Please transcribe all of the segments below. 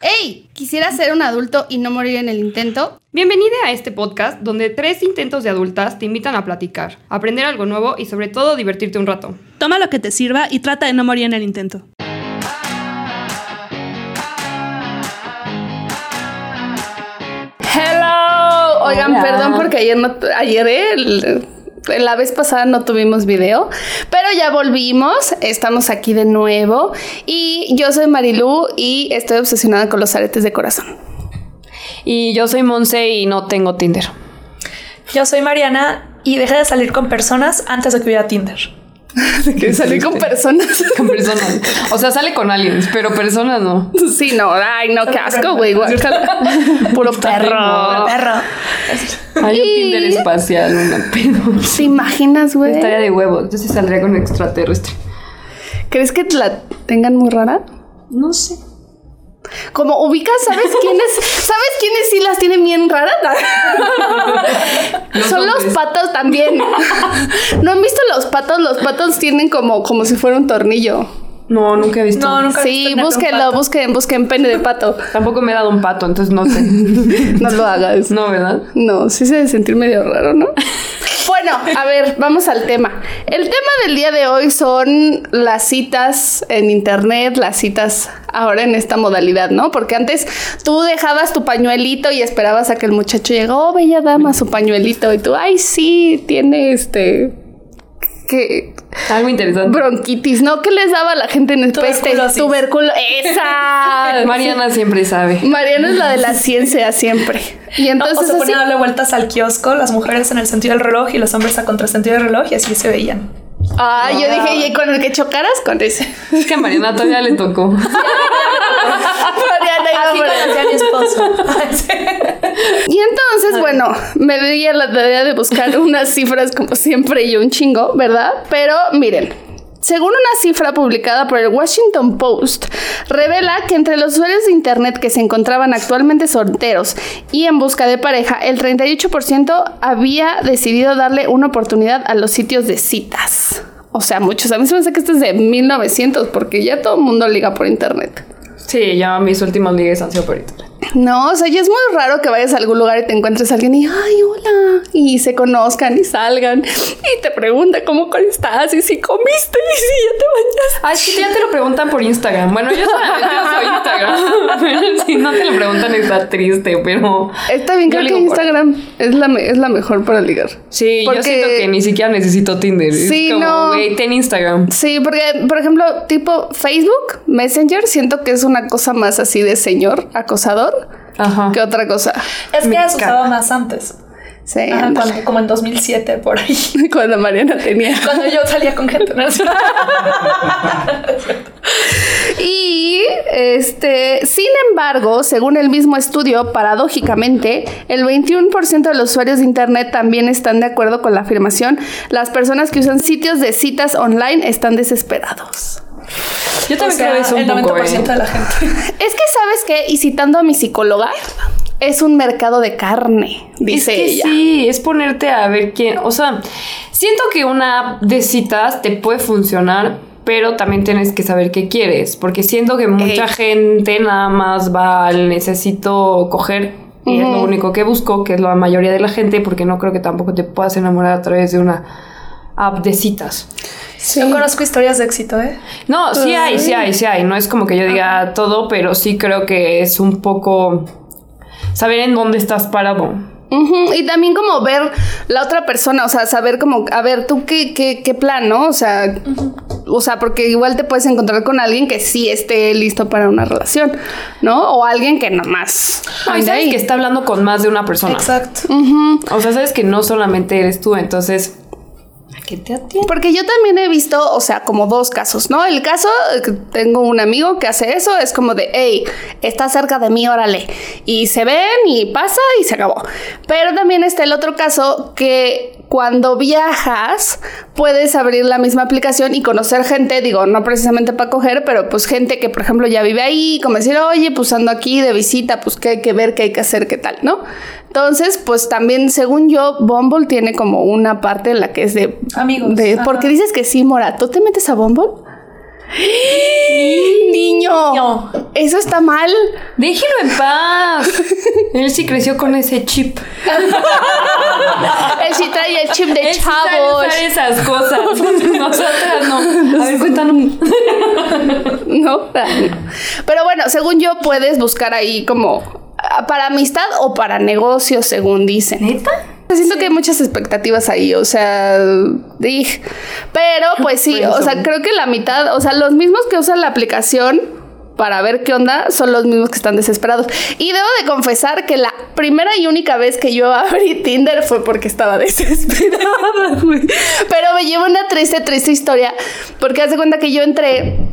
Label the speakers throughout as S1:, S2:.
S1: ¡Hey! Quisiera ser un adulto y no morir en el intento.
S2: Bienvenida a este podcast donde tres intentos de adultas te invitan a platicar, aprender algo nuevo y sobre todo divertirte un rato.
S3: Toma lo que te sirva y trata de no morir en el intento.
S1: Hello. Oh, Oigan,
S4: Hola.
S1: perdón porque ayer no tu- ayer eh, el- eh, la vez pasada no tuvimos video, pero ya volvimos, estamos aquí de nuevo y yo soy Marilú y estoy obsesionada con los aretes de corazón.
S2: Y yo soy Monse y no tengo Tinder.
S5: Yo soy Mariana y dejé de salir con personas antes de que hubiera Tinder.
S1: Que salir con personas.
S2: Con personas. O sea, sale con aliens, pero personas no.
S1: Sí, no, ay, no, qué asco, güey, guácala. Puro perro.
S5: Perro.
S2: Hay un
S1: Y-
S2: Tinder espacial, una pedo.
S1: ¿Te imaginas, güey?
S2: Estaría de huevos. Yo sí saldría con un extraterrestre.
S1: ¿Crees que la tengan muy rara?
S2: No sé.
S1: Como ubicas, ¿sabes quiénes? ¿Sabes quiénes sí las tienen bien raras?
S2: Los
S1: Son los
S2: hombres.
S1: patos también. ¿No han visto los patos? Los patos tienen como, como si fuera un tornillo.
S2: No, nunca he visto.
S5: No, nunca he visto
S1: Sí,
S5: nada de un
S1: búsquenlo,
S5: pato.
S1: busquen, busquen pene de pato.
S2: Tampoco me he dado un pato, entonces no sé.
S1: No lo hagas.
S2: no, ¿verdad?
S1: No, sí se debe sentir medio raro, ¿no? Bueno, a ver, vamos al tema. El tema del día de hoy son las citas en internet, las citas ahora en esta modalidad, ¿no? Porque antes tú dejabas tu pañuelito y esperabas a que el muchacho llegó, oh, bella dama, su pañuelito, y tú, ay, sí, tiene este... Que
S2: Algo interesante.
S1: bronquitis, ¿no? ¿Qué les daba a la gente en el peste?
S5: Tuberculosis.
S1: Tuberculo. Esa.
S2: Mariana siempre sabe.
S1: Mariana es la de la ciencia siempre. Y
S5: No,
S1: entonces
S5: o se
S1: así-
S5: ponían a darle vueltas al kiosco, las mujeres en el sentido del reloj y los hombres a contrasentido del reloj y así se veían.
S1: Ah, yo dije, y con el que chocaras, con ese.
S2: Es que a Mariana todavía le tocó.
S1: Mariana iba
S5: Así
S1: por ahí.
S5: conocí a mi esposo. Sí.
S1: Y entonces, bueno, me di a la tarea de buscar unas cifras como siempre y un chingo, ¿verdad? Pero miren. Según una cifra publicada por el Washington Post, revela que entre los usuarios de Internet que se encontraban actualmente solteros y en busca de pareja, el 38% había decidido darle una oportunidad a los sitios de citas. O sea, muchos. A mí se me hace que este es de 1900 porque ya todo el mundo liga por Internet.
S2: Sí, ya mis últimos ligues han sido por internet.
S1: No, o sea, ya es muy raro que vayas a algún lugar y te encuentres a alguien y, ay, hola, y se conozcan y salgan y te pregunta cómo estás y si comiste y si ya te bañaste.
S2: Ay, sí, ya te lo preguntan por Instagram. Bueno, yo solamente uso Instagram. si no te lo preguntan está triste, pero...
S1: Está bien,
S2: Yo
S1: creo que
S2: ligo por-
S1: Instagram es, la me- es la mejor para ligar.
S2: Sí,
S1: Porque-
S2: yo siento que ni siquiera necesito Tinder.
S1: Sí,
S2: es como,
S1: no.
S2: güey, ten Instagram.
S1: Sí, porque, por ejemplo, tipo Facebook, Messenger, siento que es una cosa más así de señor acosador
S2: Ajá.
S1: que otra cosa.
S5: Es
S2: Me
S5: que se usaba
S2: caga. Eh,
S5: más antes.
S1: Sí,
S5: Ajá,
S1: anda.
S5: cuando- como en 2007, por ahí.
S1: cuando Mariana tenía.
S5: Cuando yo salía con gente. ¿no?
S1: Y este, sin embargo, según el mismo estudio, paradójicamente, el 21% de los usuarios de internet también están de acuerdo con la afirmación, las personas que usan sitios de citas online están desesperados.
S2: Yo
S5: O
S2: también
S5: sea,
S2: creo eso
S5: el
S2: un poco,
S5: 90%
S2: ¿eh?
S5: de la gente.
S1: Es que sabes que, y citando a mi psicóloga, es un mercado de carne, dice
S2: es que
S1: ella.
S2: Sí, es ponerte a ver quién. O sea, siento que una app de citas te puede funcionar, pero también tienes que saber qué quieres. Porque siento que mucha gente nada más va al necesito coger. Y es lo
S1: Ujú.
S2: único que busco, que es la mayoría de la gente, porque no creo que tampoco te puedas enamorar a través de una app de citas.
S5: Yo conozco historias de éxito, ¿eh?
S2: No, sí hay, sí hay, sí hay. No es como que yo diga todo, pero sí creo que es un poco saber en dónde estás parado.
S1: Ujú, Y también como ver la otra persona, o sea, saber como, a ver, tú qué, qué, qué plan, ¿no? O sea, o sea, porque igual te puedes encontrar con alguien que sí esté listo para una relación, ¿no? O alguien que nomás.
S2: No, y
S1: ande
S2: sabes
S1: ahí.
S2: que está hablando con más de una persona.
S5: Exacto.
S1: Ujú,
S2: O sea, sabes que no solamente eres tú, entonces. ¿A qué te atiendes?
S1: Porque yo también he visto, o sea, como dos casos, ¿no? El caso, eh, que tengo un amigo que hace eso, es como de, hey, está cerca de mí, órale. Y se ven y pasa y se acabó. Pero también está el otro caso que cuando viajas puedes abrir la misma aplicación y conocer gente, digo, no precisamente para coger, pero pues gente que, por ejemplo, ya vive ahí, como decir, oye, pues ando aquí de visita, pues qué hay que ver, qué hay que hacer, qué tal, ¿no? Entonces, pues también, según yo, Bumble tiene como una parte en la que es de
S5: Amigos.
S1: de-
S5: Ajá.
S1: porque dices que sí, Mora, ¿tú te metes a Bumble? Niño,
S5: Niño.
S1: eso está mal.
S2: Déjelo en paz. Él sí creció con ese chip.
S1: Él sí trae el chip de
S2: Él sí sabe
S1: chavos.
S2: usar esas cosas. Nosotras no. A ver, cuéntanos.
S1: No, ay, no. Pero bueno, según yo puedes buscar ahí como ah, para amistad o para negocio, según dicen.
S2: ¿Neta?
S1: Pues Siento que hay muchas expectativas ahí, o sea, dij. pero pues sí, o sea, creo que la mitad, o sea, los mismos que usan la aplicación para ver qué onda son los mismos que están desesperados. Y debo de confesar que la primera y única vez que yo abrí Tinder fue porque estaba desesperada, güey. Pero me lleva una triste, triste historia, porque hace cuenta que yo entré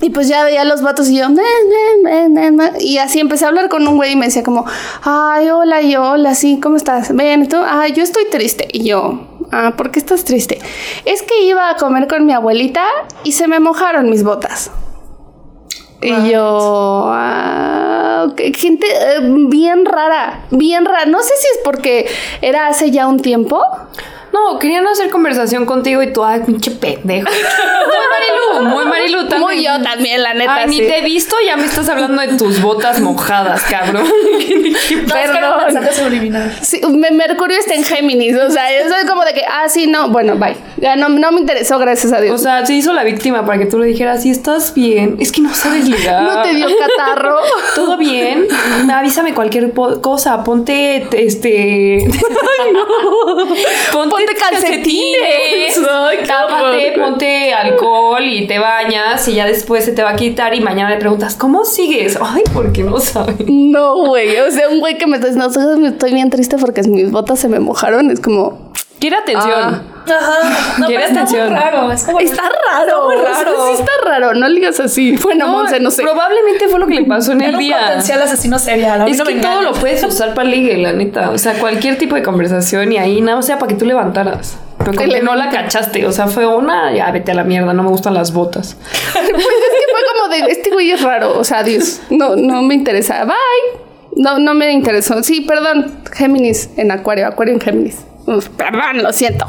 S1: y pues ya veía a los vatos y yo, "Ne, ne, ne, ne, ne". y así empecé a hablar con un güey y me decía como, ay, hola, y yo, hola, sí, ¿cómo estás? Ven, tú, ay, yo estoy triste. Y yo, ah, ¿por qué estás triste? Es que iba a comer con mi abuelita y se me mojaron mis botas. Y yo, ah, ok, gente eh, bien rara, bien rara. No sé si es porque era hace ya un tiempo.
S2: No, querían hacer conversación contigo y tú, ay, pinche pendejo. Muy Marilu, muy Marilu también.
S1: Muy yo también, la neta.
S2: Ay,
S1: sí.
S2: ni te he visto, ya me estás hablando de tus botas mojadas, cabrón.
S5: Perdón.
S1: Perdón.
S5: mensaje subliminal.
S1: Sí, me- Mercurio está en Géminis, o sea, eso es como de que, ah, sí, no, bueno, bye. Ya no, no me interesó, gracias a
S2: O
S1: Dios.
S2: sea, se hizo la víctima para que tú le dijeras, si estás bien, es que no sabes ligar.
S1: no te dio catarro.
S2: ¿Todo bien? Avísame cualquier po- cosa. Ponte, este... Ponte,
S1: Ponte calcetines. Ay, qué
S2: Tápate,
S1: horror.
S2: ponte alcohol y te bañas y ya después se te va a quitar y mañana le preguntas, ¿cómo sigues? Ay, ¿por qué no sabes?
S1: No, güey, o sea, un güey que me está diciendo, "Sabes, me estoy bien triste porque mis botas se me mojaron, es como,
S2: Quiere atención.
S1: Ah.
S5: Ajá. No, pero
S2: ¿Quieres
S5: está
S2: atención?
S5: muy raro. Es como
S1: está raro,
S2: muy
S1: o sea,
S2: raro.
S1: sí está raro, no ligas así. Bueno, Monse, no sé.
S2: Probablemente fue lo que le pasó en el
S5: era un
S2: día.
S5: potencial asesino serial. a mí
S2: Es
S5: no
S2: que
S5: me
S2: todo lo
S5: engañes.
S2: puedes usar para ligue, la neta. O sea, cualquier tipo de conversación y ahí nada, o sea, para que tú levantaras. Pero como que no la cachaste. O sea, fue una, ya vete a la mierda, no me gustan las botas.
S1: Pues es que fue como de, este güey es raro, o sea, Dios, no, no me interesa, bye. No, no me interesó. Sí, perdón, Géminis en Acuario, Acuario en Géminis. Uf, perdón, lo siento.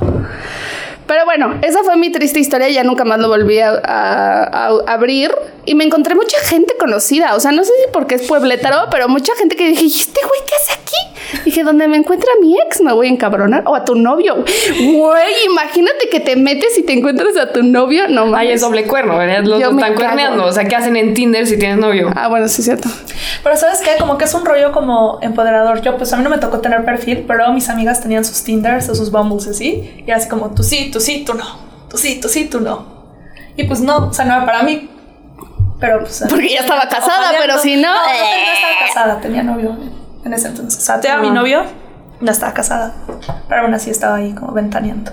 S1: Pero bueno, esa fue mi triste historia, ya nunca más lo volví a, a- a abrir y me encontré mucha gente conocida, o sea, no sé si porque es puebletaro, pero mucha gente que dije, "¿Y este güey qué hace aquí? Dije, donde me encuentra mi ex me voy a encabronar o a tu novio. Güey, imagínate que te metes y te encuentras a tu novio, no mames.
S2: Ay, es doble cuerno, ¿verdad? Los
S1: Yo
S2: dos
S1: me
S2: están
S1: cago.
S2: cuerneando. O sea, ¿qué hacen en Tinder si tienes novio?
S1: Ah, bueno, sí es cierto.
S5: Pero sabes qué, como que es un rollo como empoderador. Yo pues a mí no me tocó tener perfil, pero mis amigas tenían sus Tinders o sus Bumbles así. Y era así como tú sí, tú sí, tú no. Tú sí, tú sí, tú no. Y pues no, o sea, no era para mí. Pero pues...
S1: Porque ya estaba casada,
S5: ojalá
S1: pero si no,
S5: No, no,
S1: eh.
S5: no estaba casada, tenía novio en ese entonces. O sea, tenía mi novio, no estaba casada. Pero aún así estaba ahí como ventaneando.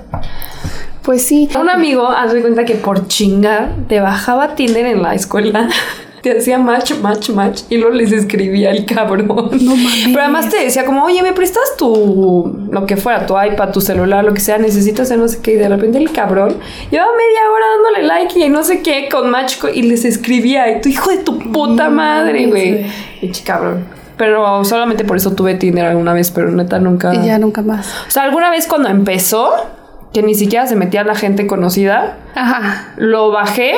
S1: Pues sí.
S2: Un amigo, haz de cuenta que por chingar te bajaba Tinder en la escuela. Te hacía match, match, match y luego les escribía el cabrón. No mames. Pero además te decía como, oye, ¿me prestas tu, lo que fuera, tu iPad, tu celular, lo que sea? Necesito hacer no sé qué. Y de repente el cabrón lleva media hora dándole like y no sé qué con match co- y les escribía. Y tu hijo de tu puta madre, güey. Pinche cabrón. Pero solamente por eso tuve Tinder alguna vez, pero neta nunca.
S1: Y ya nunca más.
S2: O sea, alguna vez cuando empezó, que ni siquiera se metía la gente conocida,
S1: Ajá.
S2: lo bajé,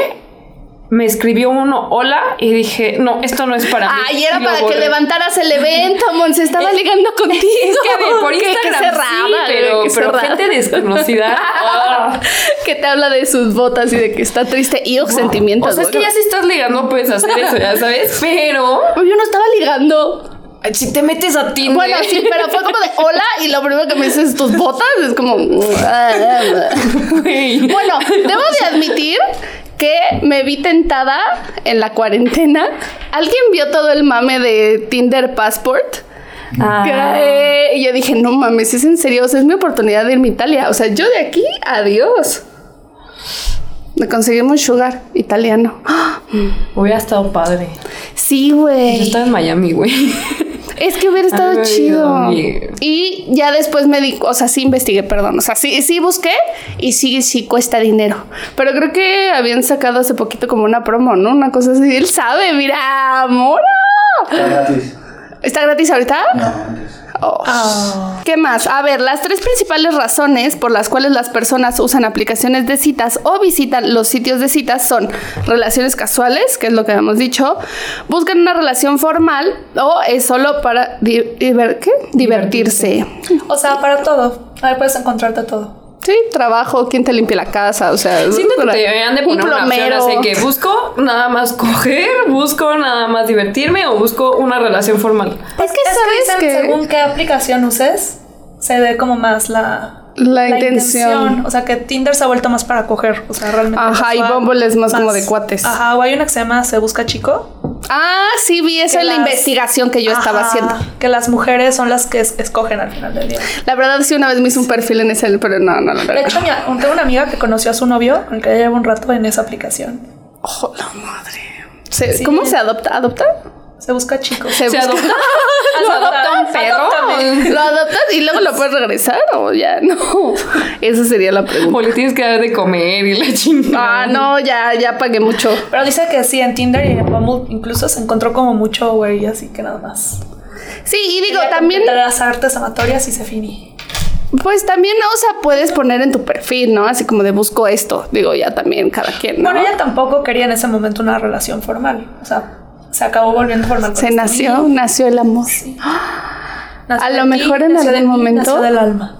S2: me escribió uno hola y dije, no, esto no es para mí.
S1: Ay, era
S2: Y lo
S1: para que
S2: borré.
S1: levantaras el evento, Monse. Estaba ligando contigo.
S2: Es que a ver, por
S1: Qué- qué
S2: Instagram
S1: cerrada,
S2: sí,
S1: güey,
S2: pero,
S1: qué
S2: pero
S1: cerrada.
S2: gente desconocida. ah.
S1: que te habla de sus botas y de que está triste y o sentimientos.
S2: O sea, es que
S1: güey.
S2: ya si estás ligando puedes hacer eso, ya sabes, pero...
S1: Yo no estaba ligando.
S2: Si te metes a Tinder...
S1: Bueno, sí, pero fue como de hola y lo primero que me dices tus botas es como. Bueno,
S2: Güey.
S1: debo de admitir que me vi tentada en la cuarentena. ¿Alguien vio todo el mame de Tinder Passport?
S2: Ah.
S1: Cae. Y yo dije, no mames, es en serio, o sea, es mi oportunidad de irme a Italia. O sea, yo de aquí, adiós. Me conseguimos un sugar italiano. ¡Ah!
S2: Hubiera estado padre.
S1: Sí,
S2: Yo
S1: güey.
S2: estaba en Miami, güey.
S1: Es que hubiera estado
S2: Ay,
S1: chido.
S2: oye.
S1: Y ya después me di, o sea, sí investigué, perdón. O sea, sí, sí busqué y sí, sí cuesta dinero. Pero creo que habían sacado hace poquito como una promo, ¿no? Una cosa así. Él sabe, mira, mora.
S4: Está gratis.
S1: ¿Está gratis ahorita?
S4: No, antes.
S1: Oh.
S5: Ah.
S1: ¿Qué más? A ver, las tres principales razones por las cuales las personas usan aplicaciones de citas o visitan los sitios de citas son relaciones casuales, que es lo que habíamos dicho, buscan una relación formal o es solo para di- diver- ¿qué? divertirse.
S5: O sea, para todo. Ahí puedes encontrarte todo.
S1: Sí, trabajo, quién te limpia la casa, o sea,
S2: Siento que
S1: una-
S2: te deberían de
S1: un
S2: poner una opción así que busco nada más coger, busco nada más divertirme o busco una relación formal.
S1: Es que sabes
S5: dicen,
S1: que
S5: según qué aplicación uses, se ve como más la,
S1: La intención.
S5: O sea, que Tinder se ha vuelto más para coger. O sea, realmente.
S1: Ajá, y
S5: casual,
S1: Bumble es más como de cuates.
S5: Ajá, o hay una que se llama Se Busca Chico.
S1: Ah, sí, vi esa
S5: que
S1: en la
S5: las-
S1: investigación que yo estaba
S5: Ajá,
S1: haciendo.
S5: Que las mujeres son las que es- escogen al final del día.
S1: La verdad sí una vez me hice un perfil en ese, pero no, no, no.
S5: De hecho, mi- tengo una amiga que conoció a su novio, aunque ya lleva un rato en esa aplicación.
S2: Oh,
S1: Ojo, la madre. Se- ¿Cómo se adopta? ¿Adopta?
S5: Se busca chico.
S1: Se,
S2: ¿Se
S1: busca-
S2: adopta, ¿se adopta un perro?
S5: Adóptame.
S1: ¿Lo adoptas y luego lo puedes regresar o ya no? Esa sería la pregunta.
S2: O le tienes que dar de comer y la chingada.
S1: Ah, no, ya, ya pagué mucho.
S5: Pero dice que sí, en Tinder y en Bumble incluso se encontró como mucho güey, así que nada más.
S1: Sí, y digo,
S5: Ella
S1: también,
S5: completa las artes amatorias y se finí.
S1: pues también, o sea, puedes poner en tu perfil, ¿no? Así como de busco esto. Digo, ya también cada quien, ¿no?
S5: Bueno, ella tampoco quería en ese momento una relación formal. O sea, se acabó volviendo formal. con
S1: Se
S5: este
S1: nació,
S5: niño.
S1: nació el amor.
S5: Nació
S1: A
S5: de
S1: lo
S5: ti,
S1: mejor en
S5: nació de
S1: algún
S5: mí,
S1: momento-
S5: Nació del alma.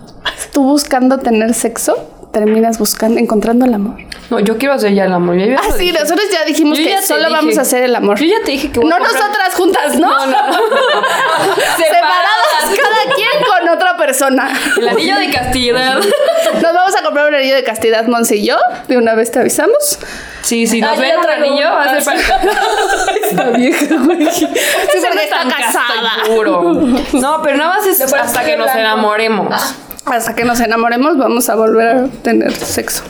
S1: Tú buscando tener sexo, terminas buscando, encontrando el amor.
S2: No, yo quiero hacer ya el amor. yo ya
S1: Ah,
S2: lo
S1: sí,
S2: dije.
S1: nosotros ya dijimos
S2: Yo
S1: que
S2: ya te
S1: solo
S2: dije.
S1: vamos a hacer el amor.
S2: Yo ya te dije que voy a
S1: No
S2: comprar-
S1: nosotras juntas, ¿no?
S2: No, no, no.
S1: Separadas cada quien con otra persona.
S2: El anillo de castidad.
S1: Nos vamos a comprar un anillo de castidad, Monse y yo. De una vez te avisamos.
S2: Sí, sí,
S5: Ah,
S2: nos
S5: yo
S2: ven
S5: ya
S2: un
S5: traigo
S2: anillo,
S5: uno,
S2: va a ser
S5: así.
S2: para...
S1: Está vieja, güey. Sí,
S2: Eso no
S1: porque
S2: es
S1: está
S2: tan
S1: casada.
S2: seguro. No, pero nada más es
S5: Le pones
S2: hasta
S5: el
S2: que nos
S5: blanco.
S2: enamoremos.
S1: Ah, Hasta que nos enamoremos, vamos a volver a tener sexo.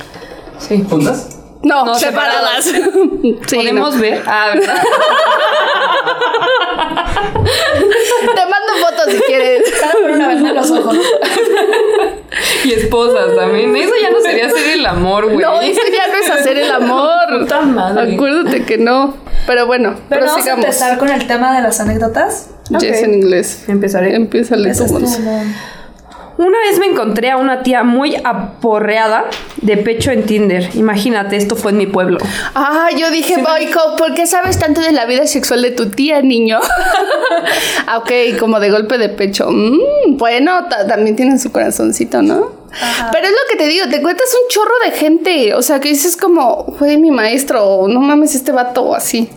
S2: Sí.
S4: ¿Juntas?
S1: No,
S2: No,
S1: separadas. Sí,
S2: Podemos
S1: no.
S2: ver. Ah, ¿verdad?
S1: Te mando fotos si quieres.
S5: Cada por una vez de los ojos.
S2: Y esposas también. Eso ya no sería hacer el amor, güey.
S1: No, eso ya no es hacer el amor.
S2: Puta madre.
S1: Acuérdate que no. Pero bueno,
S5: Pero vamos a
S1: prosigamos.
S5: empezar con el tema de las anécdotas.
S1: Yes
S2: Ok.
S1: en inglés.
S2: Empezaré.
S1: Empieza el
S5: Ese es
S1: Monse.
S5: como-
S2: Una vez me encontré a una tía muy aporreada de pecho en Tinder. Imagínate, esto fue en mi pueblo.
S1: Ah, yo dije, Boico, ¿por qué sabes tanto de la vida sexual de tu tía, niño? Ah, ok, como de golpe de pecho. Mm, bueno, ta- también tienen su corazoncito, ¿no? Pero es lo que te digo, te cuentas un chorro de gente. O sea, que dices como, güey, mi maestro, o no mames, este vato, o así.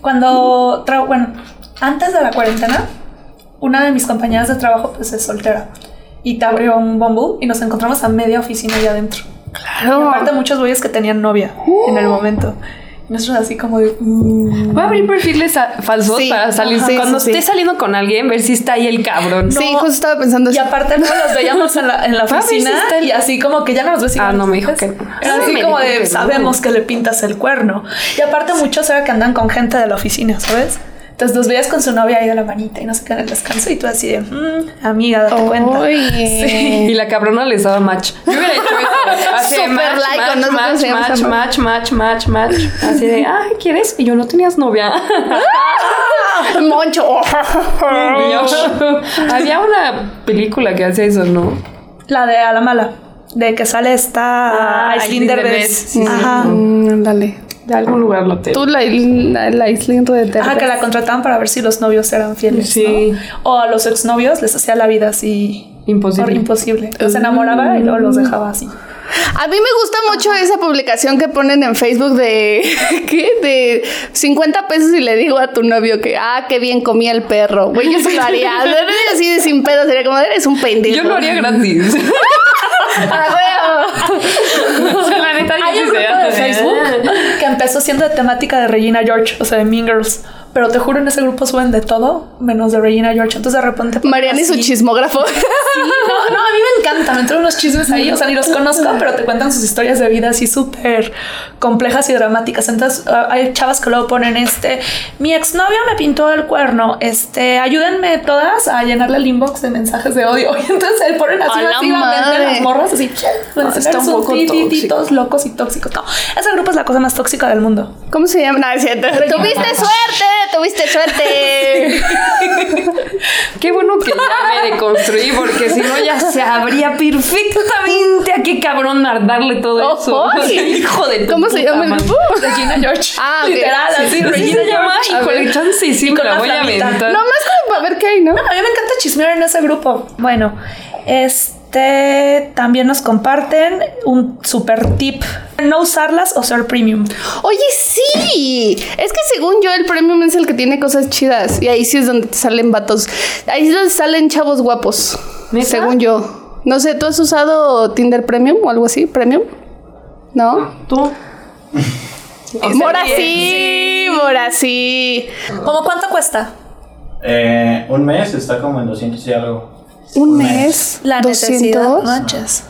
S5: Cuando, tra- bueno, antes de la cuarentena, una de mis compañeras de trabajo pues es soltera y te abrió un Bumble y nos encontramos a media oficina allá adentro. Y
S1: Claro.
S5: aparte muchos güeyes que tenían novia en el momento. Y nosotros así como de... mm,
S2: Voy a abrir perfiles a- falsos
S1: Sí,
S2: para salir.
S1: ajá, sí,
S2: Cuando
S1: sí,
S2: esté
S1: sí.
S2: saliendo con alguien, ver si está ahí el cabrón.
S1: Sí,
S5: no.
S1: justo estaba pensando
S5: Y
S1: eso.
S5: aparte no los veíamos en la, en
S2: Va
S5: la
S2: a ver si
S5: oficina
S2: Ah, está el-
S5: y así como que ya no los ves.
S2: Ah, no, me dijo que no.
S5: Era
S2: Sí,
S5: así
S2: me
S5: como
S2: dijo
S5: de,
S2: que no.
S5: sabemos que le pintas el cuerno. Y aparte muchos era que andan con gente de la oficina, ¿sabes? Entonces los veías con su novia ahí de la manita y no sé qué en el descanso y tú así de, "Mm, amiga, date cuenta.
S1: Oye.
S2: Y la cabrona les daba match. Yo hubiera hecho eso. Así de
S1: Super
S2: match,
S1: like, o no sé
S2: match,
S1: cómo
S2: match,
S1: se llama
S2: match,
S1: esa
S2: match, match, match, match. Así de, ay, ¿quieres? Y yo no tenías novia.
S1: Moncho.
S2: Y
S1: Oh.
S2: yo- Había una película que hace eso, ¿no?
S5: La de A la mala, de que sale esta
S2: Ah, Aislinn
S5: Aislinder
S2: Derbez.
S5: Derbez. Ah,
S2: Sí, sí,
S5: Ajá.
S2: sí.
S1: Mm, Dale.
S2: De algún lugar lo tengo.
S1: Tú la, la, la Islind de Terra.
S5: Ajá, que la contrataban para ver si los novios eran fieles.
S2: Sí.
S5: ¿no? O a los exnovios les hacía la vida así.
S2: Imposible.
S5: Imposible. Los
S2: Mm.
S5: enamoraba y luego los dejaba así.
S1: A mí me gusta mucho esa publicación que ponen en Facebook de ¿qué? de 50 pesos y le digo a tu novio que ah, qué bien comía el perro. Güey, yo se lo haría. De verdad, así de sin pedo sería como eres un pendejo.
S2: Yo lo haría gratis.
S1: Ah, güey.
S2: O sea, la neta, yo
S5: Hay
S2: sí
S5: un
S2: sé
S5: grupo de
S2: hacer.
S5: Facebook que empezó siendo de temática de Regina George, o sea, de Mean Girls. Pero te juro, en ese grupo suben de todo menos de Regina George. Entonces de repente.
S1: Mariana y su
S5: así.
S1: chismógrafo.
S5: Sí, no, no, a mí me encanta. Me entran unos chismes ahí, o sea, ni los conozco, pero te cuentan sus historias de vida así súper complejas y dramáticas. Entonces, ah, hay chavas que luego ponen este: Mi exnovio me pintó el cuerno. Este, ayúdenme todas a llenarle el inbox de mensajes de odio. Y entonces ahí ponen así
S1: ¡A la
S5: masivamente
S1: madre!
S5: las morras, así.
S2: Ah, está un
S5: son
S2: poco
S5: ti, ti, ti,
S2: tóxico.
S5: todos locos y tóxicos. No, ese grupo es la cosa más tóxica del mundo.
S1: ¿Cómo se llama? No, es cierto. Tuviste suerte, tuviste suerte.
S2: Qué bueno que ya me deconstruí, porque si no ya se abría perfectamente a qué cabrón darle todo eso.
S1: ¡Ojo!
S2: hijo de tu
S1: ¿Cómo se
S2: puta
S1: llama el
S2: madre.
S1: grupo?
S5: Regina George.
S1: Ah, ok.
S5: Literal,
S1: Sí,
S5: así,
S1: sí, sí,
S2: Así
S5: Regina
S2: se llama
S5: George.
S2: y con el
S5: ver.
S2: chance sí
S5: Y
S2: me
S5: con
S2: la
S5: la
S2: voy a
S5: flamita.
S2: aventar.
S1: No, más como para ver qué hay, ¿no?
S5: No, a mí me encanta chismear en ese grupo. Bueno, este también nos comparten un super tip. No usarlas o ser premium.
S1: Oye, sí. Es que según yo, el premium es el que tiene cosas chidas. Y ahí sí es donde te salen vatos. Ahí es donde salen chavos guapos.
S2: ¿Neta?
S1: Según yo. No sé, ¿tú has usado Tinder Premium o algo así? ¿Premium? ¿No? Eh,
S2: Tú.
S1: Mora sí, Mora sí.
S5: ¿Cómo cuánto cuesta?
S4: Eh, un mes está como en 200 y algo.
S1: Un mes.
S5: La
S1: 200.
S5: necesidad. Manches.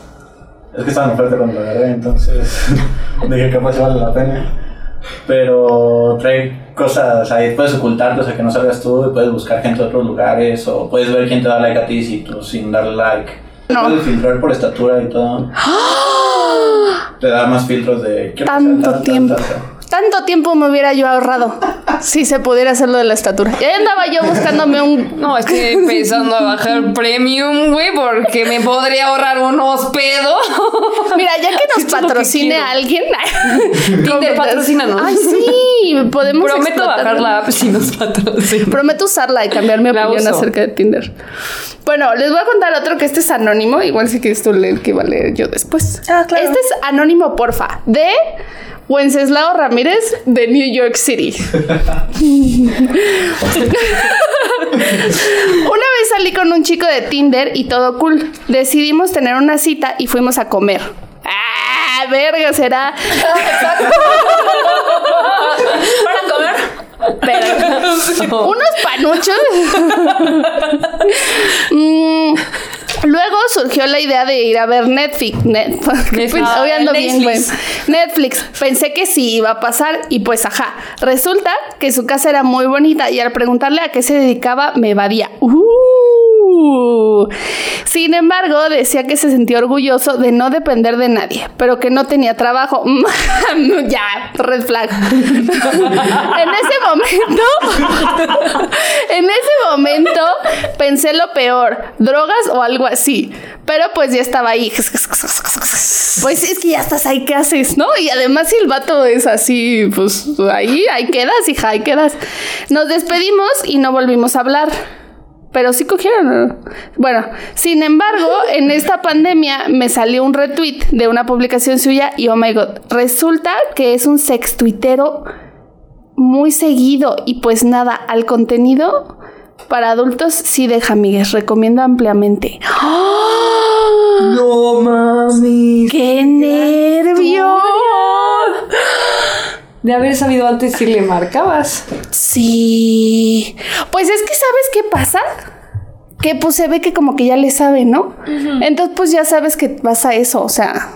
S4: Es que estaba en oferta cuando lo agarré, entonces dije capaz si vale la pena. Pero trae cosas ahí, puedes ocultarte, o sea que no salgas tú y puedes buscar gente de otros lugares o puedes ver quién te da like a ti si tú sin darle like. Puedes filtrar por estatura y todo. Te da más filtros de... quiero que sea
S1: ¡Ah! Tanto
S4: tal, tal,
S1: tiempo.
S4: tal, tal.
S1: Tanto tiempo me hubiera yo ahorrado si se pudiera hacer lo de la estatura. Y ahí andaba yo buscándome un.
S2: No, estoy empezando a bajar premium, güey, porque me podría ahorrar unos pedos.
S1: Mira, ya que nos
S2: Esto es lo que
S1: patrocine
S2: quiero.
S1: a alguien.
S2: Tinder, patrocínanos.
S1: Ay, sí. Podemos.
S2: Prometo
S1: explotar-
S2: bajar la app si nos patrocina.
S1: Prometo usarla y cambiar mi
S2: La
S1: opinión
S2: uso.
S1: acerca de Tinder. Bueno, les voy a contar otro que este es anónimo. Igual si quieres tú leer el que iba a leer yo después.
S5: Ah, claro.
S1: Este es anónimo, porfa, de Wenceslao Ramírez de New York City. Una vez salí con un chico de Tinder y todo cool. Decidimos tener una cita y fuimos a comer. ¡Ah, verga! Será.
S5: Para comer.
S1: unos panuchos. Mm, Luego surgió la idea de ir a ver Netflix. Net-
S2: Netflix. Ah,
S1: Pues, hoy ando bien, güey.
S2: Netflix.
S1: Netflix. Pensé que sí iba a pasar y pues ajá. Resulta que su casa era muy bonita y al preguntarle a qué se dedicaba me evadía. Uh. Sin embargo, decía que se sentía orgulloso de no depender de nadie, pero que no tenía trabajo. Mm, ya, red flag. en ese momento... En ese momento pensé lo peor, drogas o algo así. Pero pues ya estaba ahí. Pues es que ya estás ahí, ¿qué haces? ¿No? Y además si el vato es así, pues ahí, ahí quedas, hija, ahí quedas. Nos despedimos y no volvimos a hablar. Pero sí cogieron. ¿no? Bueno, sin embargo, en esta pandemia me salió un retweet de una publicación suya y oh my god, resulta que es un sextuitero muy seguido y pues nada, al contenido para adultos sí deja amigues, recomiendo ampliamente.
S2: No mami.
S1: ¡Qué nervio!
S2: De haber sabido antes si le marcabas.
S1: Sí. Pues es que sabes qué pasa? Que pues se ve que como que ya le sabe, ¿no? Entonces pues ya sabes que vas a eso, o sea,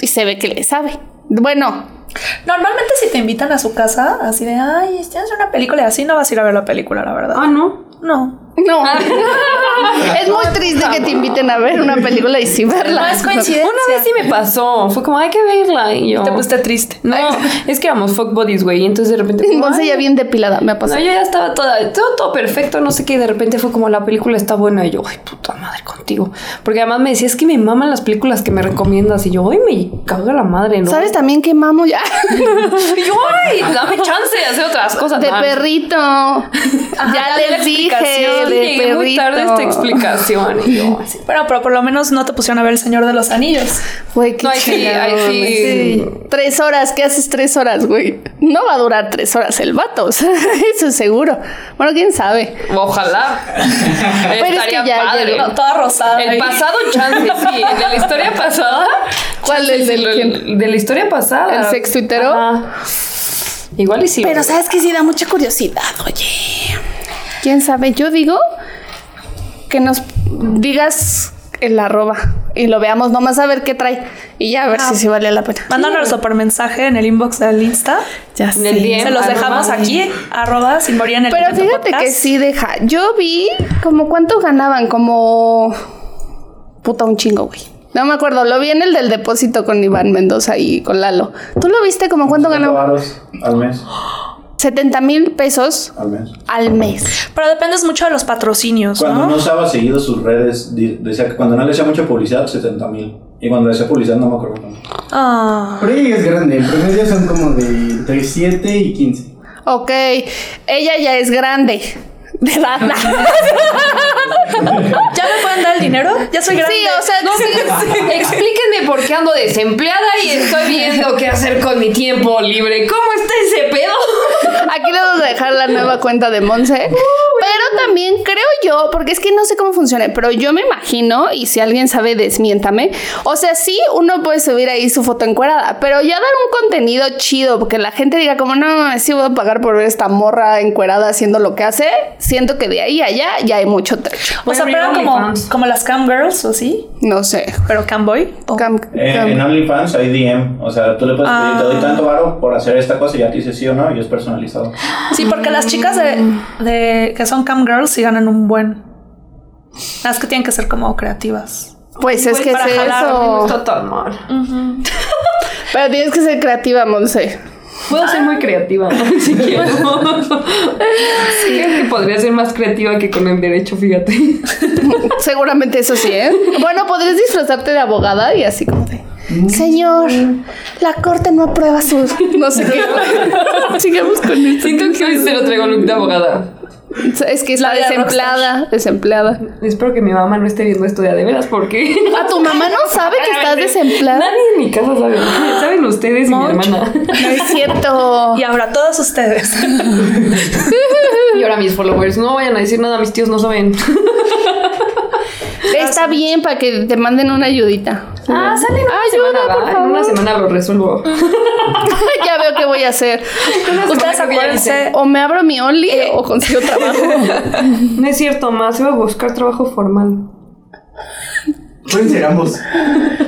S1: y se ve que le sabe. Bueno,
S5: Normalmente si te invitan a su casa, así de, ay, tienes una película y así, no vas a ir a ver la película, la verdad.
S2: Ah, no.
S5: No.
S1: no.
S2: Ah.
S1: es muy triste que te inviten a ver una película y sí verla.
S5: No es coincidencia.
S2: Una vez sí me pasó. Fue como, hay que verla. Y yo.
S5: Te pusiste triste.
S2: No, es que éramos fuck buddies, güey. Y entonces de repente. como,
S1: Entonces
S2: "Ay,
S1: ya bien depilada, me ha
S2: No,
S1: pasado.
S2: yo ya estaba toda, todo, todo perfecto, no sé qué, y de repente fue como la película está buena y yo, ay, puta madre contigo. Porque además me decía, es que me maman las películas que me recomiendas y yo, ay, me caga la madre, ¿no?
S1: ¿Sabes también que mamo ya?
S2: Y yo, ay, dame chance de hacer otras cosas.
S1: De
S2: No,
S1: perrito. ya
S5: ya di
S1: les
S5: la
S1: dije. De
S5: explicación,
S2: Llegué
S1: perrito.
S2: muy tarde a esta explicación y yo, así.
S5: Bueno, pero por lo menos no te pusieron a ver El Señor de los Anillos.
S1: Güey, qué
S2: No, ahí sí, ahí
S1: chingado,
S2: sí.
S1: güey. Tres horas, ¿qué haces tres horas, güey? No va a durar tres horas el vato, o sea, eso es seguro. Bueno, quién sabe.
S2: Ojalá.
S1: es que
S2: Estaría
S1: ya
S2: padre.
S1: llegó.
S5: Toda rosada.
S2: El
S5: ahí.
S2: pasado chance, sí. El de la historia pasada.
S1: ¿Cuál,
S2: chance,
S1: el del
S2: sí, lo-
S1: quién?
S2: De la historia pasada.
S1: ¿El sextuitero?
S2: Ajá. Igual y sí.
S1: Pero sabes que sí da mucha curiosidad, oye. Quién sabe, yo digo que nos digas el arroba y lo veamos nomás a ver qué trae y ya a
S2: Ah.
S1: ver si sí vale la pena.
S5: Mándanoslo por mensaje en el inbox del Insta.
S1: Ya
S2: En el
S1: sé.
S2: DM,
S5: Se los
S2: arroba,
S5: dejamos
S2: güey.
S5: aquí, arroba sin morir en el
S1: Pero
S5: intento
S1: fíjate
S5: podcast.
S1: que sí deja. Yo vi como cuánto ganaban, como puta un chingo, güey. No me acuerdo, lo vi en el del
S4: Pues,
S1: depósito con Iván Mendoza y con Lalo. ¿Tú lo viste como cuánto
S4: 50
S1: ganaba?
S4: varos al mes.
S1: 70 mil pesos
S4: al mes.
S1: al mes.
S5: Pero dependes mucho de los patrocinios,
S4: Cuando
S5: ¿no?
S4: no usaba seguido sus redes, di- decía que cuando no le hacía mucha publicidad, 70 mil. Y cuando le hacía publicidad, no me acuerdo cuánto.
S5: Ah.
S6: Pero ella es grande, en promedio son como de entre 7 y 15.
S1: Ok, ella ya es grande. De edad.
S5: ¿Ya me pueden dar el dinero? Ya soy grande.
S1: Sí, o sea,
S2: No sé, explíquenme por qué ando desempleada y estoy viendo qué hacer con mi tiempo libre. ¿Cómo está ese pedo?
S1: Aquí les vamos a dejar la nueva cuenta de Monse. Pero también creo yo, porque es que no sé cómo funciona, pero yo me imagino, y si alguien sabe, desmiéntame. O sea, sí, uno puede subir ahí su foto encuerada, pero ya dar un contenido chido, porque la gente diga como, no, mames, sí voy a pagar por ver esta morra encuerada haciendo lo que hace, siento que de ahí a allá ya hay mucho trecho.
S5: O sea,
S2: Voy a
S5: pero eran
S2: abrir
S5: como,
S2: OnlyFans.
S5: como las cam girls o así,
S1: No sé.
S5: pero camboy.
S2: Oh.
S5: o-
S1: Cam-
S4: Eh,
S1: cam-
S4: en OnlyFans hay DM, o sea, tú le puedes pedir,
S5: Ah.
S4: te doy tanto varo por hacer esta cosa y ya te dice sí o no, y es personalizado.
S5: Sí, porque las chicas de, de- que son cam girls sí ganan un buen. Las que tienen que ser como creativas.
S1: Pues es que es
S2: Para jalar, no
S1: eso.
S2: está tan mal.
S1: Pero tienes que ser creativa, Monse.
S2: Puedo ser muy creativa, si quiero. Creo que podría ser más creativa que con el derecho, fíjate.
S1: Seguramente eso sí, ¿eh? Bueno, podrías disfrazarte de abogada y así como de. Señor, la corte no aprueba sus. No sé qué. Sigamos con esto.
S2: Siento que hoy se lo traigo look de abogada.
S1: Es que es la
S5: La vida
S1: desempleada. Desempleada.
S2: Espero que mi mamá no esté viendo esto ya de veras, porque.
S1: A tu mamá no sabe que estás desempleada.
S2: Nadie en mi casa sabe. Saben ustedes y mi
S5: Mucho.
S2: hermana.
S1: No es cierto.
S5: Y ahora todas ustedes.
S2: Y ahora mis followers. No vayan a decir nada, mis tíos no saben.
S1: Está bien para que te manden una ayudita.
S2: Ah, salen una semana,
S1: Ayuda,
S2: ¿va?
S1: por
S2: En una
S1: favor.
S2: semana lo resuelvo.
S1: ya veo qué voy a hacer.
S5: Ustedes acuérdense.
S1: O me abro mi Only o consigo trabajo.
S2: No es cierto, más iba a buscar trabajo formal.
S6: Pueden ser ambos.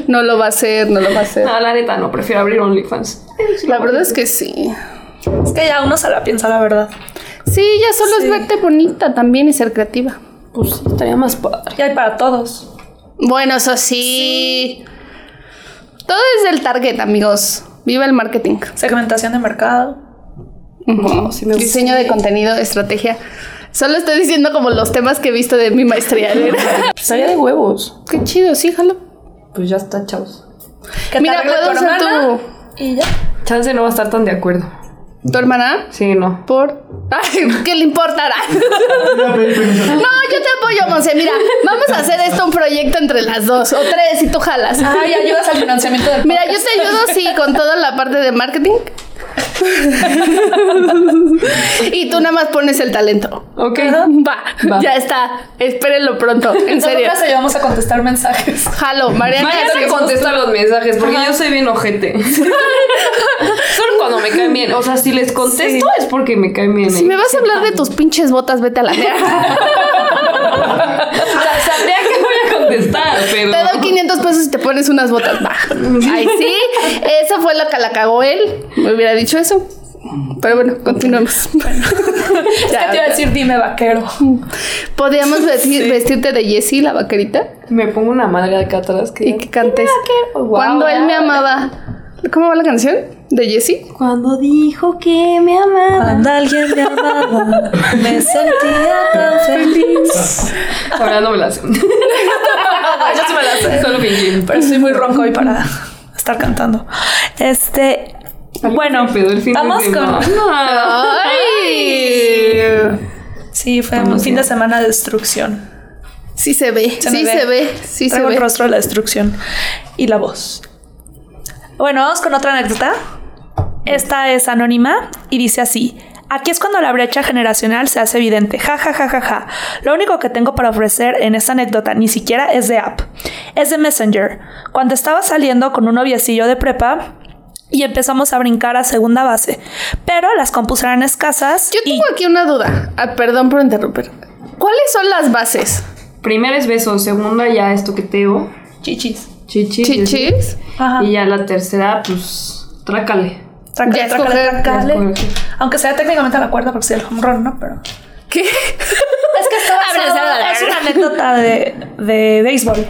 S1: No lo va a hacer, no lo va a hacer.
S2: Ah, la neta, no, prefiero abrir OnlyFans.
S1: La verdad es que sí.
S5: Es que ya uno se la piensa, la verdad.
S1: Sí, ya solo es verte bonita también y ser creativa.
S2: Pues sí, estaría más padre.
S5: Y hay para todos.
S1: Bueno, eso sí. Todo es del target, amigos. Viva el marketing.
S5: Segmentación de mercado.
S1: Diseño de contenido, estrategia. Solo estoy diciendo como los temas que he visto de mi maestría.
S2: Estaría de huevos.
S1: Qué chido, sí, jalo.
S2: Pues ya está, chavos.
S5: Que te
S1: Mira,
S5: arregle
S1: puedo
S5: tu
S1: ser
S5: hermana
S1: tu,
S5: Y ya.
S2: Chance no va a estar tan de acuerdo.
S1: tu hermana.
S2: Sí, no.
S1: Por. Ay, ¿Qué le importará? No, yo te apoyo, Monse. Mira, vamos a hacer esto un proyecto entre las dos o tres y tú jalas.
S5: Ay, ayudas al financiamiento del
S1: Mira, yo te ayudo, sí, con toda la parte de marketing. y tú nada más pones el talento.
S2: Ok.
S1: Va,
S2: Va.
S1: ya está. Espérenlo pronto, en serio.
S5: Nosotras ayudamos a contestar mensajes.
S1: Jalo, Mariana.
S2: Vayan a contestar los mensajes porque yo soy bien ojete. Solo cuando me caen bien. O sea, si les contesto es porque me caen bien. ¿eh?
S1: Si me vas a hablar de tus pinches botas, vete a la mierda.
S2: Sabría que voy a contestar, pero.
S1: Te doy 500 pesos y te pones unas botas. Va. Ay, sí. Eso fue lo que la cagó él. Me hubiera dicho eso. Pero bueno, continuemos.
S5: Es que te iba a decir, dime vaquero.
S1: Podíamos vestir- vestirte de Jessie, la vaquerita,
S2: Me pongo una madre acá atrás que.
S1: y que cantes.
S2: qué- guau,
S1: Cuando él me
S2: guau.
S1: amaba. ¿Cómo va la canción? ¿De Jessie?
S2: Cuando dijo que me amaba.
S5: Cuando alguien me amaba, me sentía tan feliz.
S2: Ahora no me la sé. Yo sí me la sé. Solo fingí.
S5: Pero estoy muy ronco hoy para estar cantando. Este. Bueno,
S2: Pero el fin de
S5: vamos
S2: semana.
S5: con.
S1: ¡Ay!
S2: Eh,
S5: Sí, fue un fin de semana de destrucción.
S1: Sí se ve,
S5: Se me
S1: sí
S5: ve.
S1: se ve, sí se
S5: Traigo el
S1: ve.
S5: rostro de la destrucción y la voz. Bueno, vamos con otra anécdota. Esta es anónima y dice así. Aquí es cuando la brecha generacional se hace evidente. Ja, ja, ja, ja, ja. Lo único que tengo para ofrecer en esta anécdota ni siquiera es de app. Es de Messenger. Cuando estaba saliendo con un noviecillo de prepa y empezamos a brincar a segunda base. Pero las compus eran escasas
S1: Yo
S5: y...
S1: tengo aquí una duda. Ah, perdón por interrumpir. ¿Cuáles son las bases?
S2: Primera es beso, segunda ya es toqueteo.
S5: Chichis.
S2: Chichi.
S1: ¿Chichis?
S5: Ajá.
S2: Y ya la tercera, pues, trácale.
S5: Trácale,
S1: Ya
S5: trácale,
S1: escoger,
S5: trácale.
S2: ya escoger.
S5: Aunque sea técnicamente a la cuerda porque sea el home run, ¿no? Pero...
S1: ¿Qué?
S5: Es que está basado-
S1: Abrazar.
S5: es una anécdota de, de béisbol.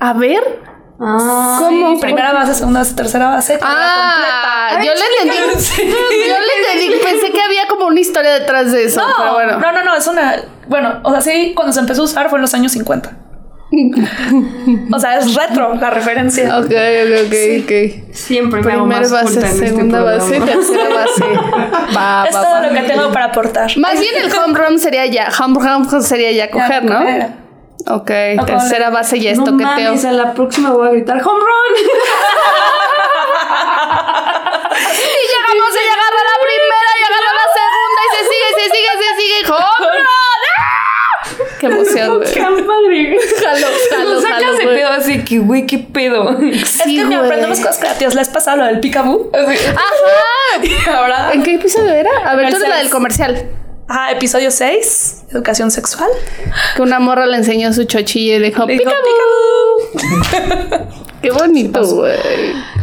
S1: A ver.
S2: Ah.
S1: ¿Cómo?
S5: Sí, primera base, segunda base, tercera base.
S1: Ah, yo le entendí. Yo le entendí. Pensé que había como como una historia detrás de eso.
S5: No,
S1: pero bueno.
S5: no, no, no, es una. Bueno, o sea, sí, cuando se empezó a usar fue en los años 50. o sea, es retro la referencia.
S1: Ok, ok, ok, ok.
S2: Siempre me hago
S1: Primera
S2: más
S1: base,
S2: culta en este
S1: segunda base,
S2: programa.
S1: tercera base. Va,
S5: es
S1: va,
S5: todo
S1: va.
S5: lo que tengo para aportar.
S1: Más bien el home run sería ya, home run sería ya coger, ¿no?
S5: Era.
S1: Ok, tercera base ya es
S2: No
S1: toqueteo.
S2: mames, a la próxima voy a gritar home run.
S1: Y llegamos y agarra la primera y agarra la segunda y se sigue, se sigue, se sigue. ¡Home run! ¡Ah! ¡Qué emoción, güey!
S2: ¡Qué padre!
S1: Jalo, jalo,
S2: Nos
S1: jalo,
S2: sacas de
S1: güey.
S2: pedo así que, güey, qué pedo.
S5: Es
S1: Sí,
S5: que me
S1: güey.
S5: aprendemos cosas creativas. ¿Les pasa lo del picaboo?
S1: ¡Ajá!
S5: Ahora.
S1: ¿En qué episodio era? A ver, tú
S5: El
S1: eres la del
S5: seis.
S1: comercial.
S5: Ah, episodio 6, educación sexual.
S1: Que una morra le enseñó su chochilla y le dijo,
S5: Le dijo,
S1: "Pícame". ¡Qué bonito, güey!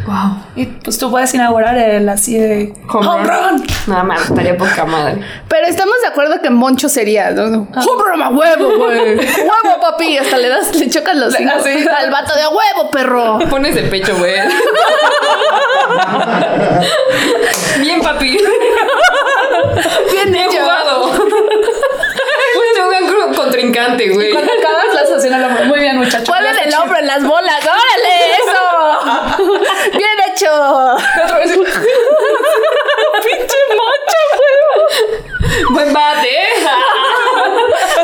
S2: Wow.
S5: Y pues tú puedes inaugurar el así de
S2: Home
S5: home,
S2: run.
S5: run.
S2: Nada más, estaría poca madre.
S1: Pero estamos de acuerdo que Moncho sería, ¿no?
S2: Ah.
S1: ¡Cómprame a huevo, güey! ¡Huevo, papi! Hasta le das, le chocas los hijos
S5: así.
S1: al vato de "A huevo, perro.
S2: Pones el pecho, güey. Bien, papi.
S1: Bien
S2: He
S1: hecho.
S2: jugado. Fuiste un gran cru- contrincante, güey.
S5: Cuando acabas la asociación al hombro. Muy bien, muchachos.
S1: Ponle el hombro en las bolas, órale, eso. Bien hecho.
S5: Otra vez.
S2: Buen bate, ¿eh?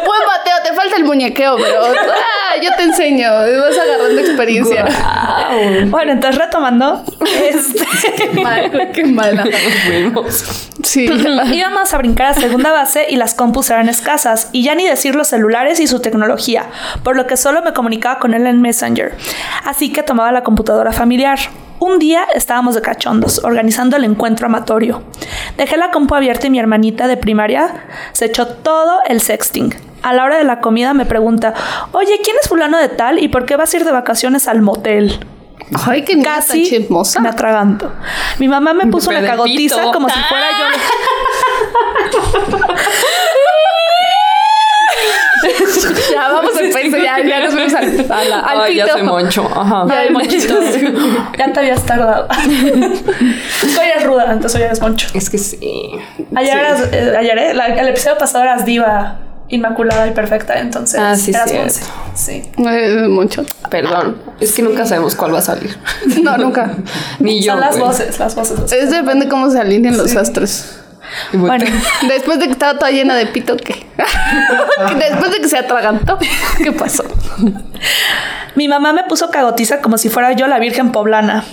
S1: Buen bateo, te falta el muñequeo, pero ah, yo te enseño, vas agarrando experiencia.
S5: Bueno, entonces retomando, este,
S1: Qué mal, qué mala. Sí.
S5: íbamos a brincar a segunda base y las compus eran escasas, y ya ni decir los celulares y su tecnología, por lo que solo me comunicaba con él en Messenger. Así que tomaba la computadora familiar. Un día estábamos de cachondos, organizando el encuentro amatorio. Dejé la compu abierta y mi hermanita de primaria se echó todo el sexting. A la hora de la comida me pregunta, oye, ¿quién es fulano de tal y por qué vas a ir de vacaciones al motel?
S1: Ay, qué niña tan
S5: casi
S1: chismosa.
S5: me atraganto. Mi mamá me puso una
S2: Pero de
S5: cagotiza
S2: pito.
S5: como si fuera
S2: Ah,
S5: yo.
S1: Ya vamos a empezar, Pues ya, ya nos vamos al, a la- al
S2: Ay, ya
S1: pito.
S2: soy moncho. Ajá.
S1: Ya,
S5: Ay, Monchito.
S2: Ah.
S5: ya te habías tardado. Tú eres ruda, entonces hoy eres moncho.
S2: Es que sí.
S5: Ayer, eras- eh, ayer, eh, la- el episodio pasado eras diva inmaculada y perfecta, entonces
S2: Ah, sí,
S5: eras
S2: cierto.
S5: once. Sí.
S1: Eh, Mucho.
S2: Perdón. Es que nunca sabemos cuál va a salir.
S1: No, nunca.
S2: Ni yo.
S5: Son las
S2: güey.
S5: voces, las voces. las-
S1: Es depende cómo se alineen los astros.
S5: Bueno,
S1: Después de que estaba toda llena de pito, ¿qué? Después de que se atragantó, ¿qué pasó?
S5: mi mamá me puso cagotiza como si fuera yo la virgen poblana.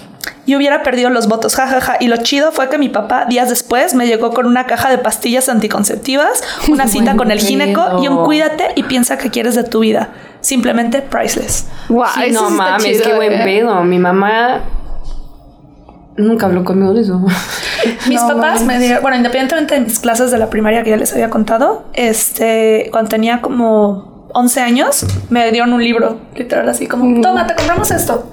S5: Y hubiera perdido los votos, jajaja. Y lo chido fue que mi papá, días después, me llegó con una caja de pastillas anticonceptivas, una cita con el gineco y un
S2: pedo.
S5: cuídate y piensa que quieres de tu vida. Simplemente priceless.
S1: Guau,
S2: Sí,
S1: eso
S2: no
S1: sí está
S2: mames,
S1: chido,
S2: qué buen
S1: eh.
S2: pedo. Mi mamá nunca habló conmigo de eso.
S5: Mis papás me dieron, bueno, independientemente de mis clases de la primaria que ya les había contado, este, cuando tenía como 11 años, me dieron un libro, literal, así como, toma, te compramos esto.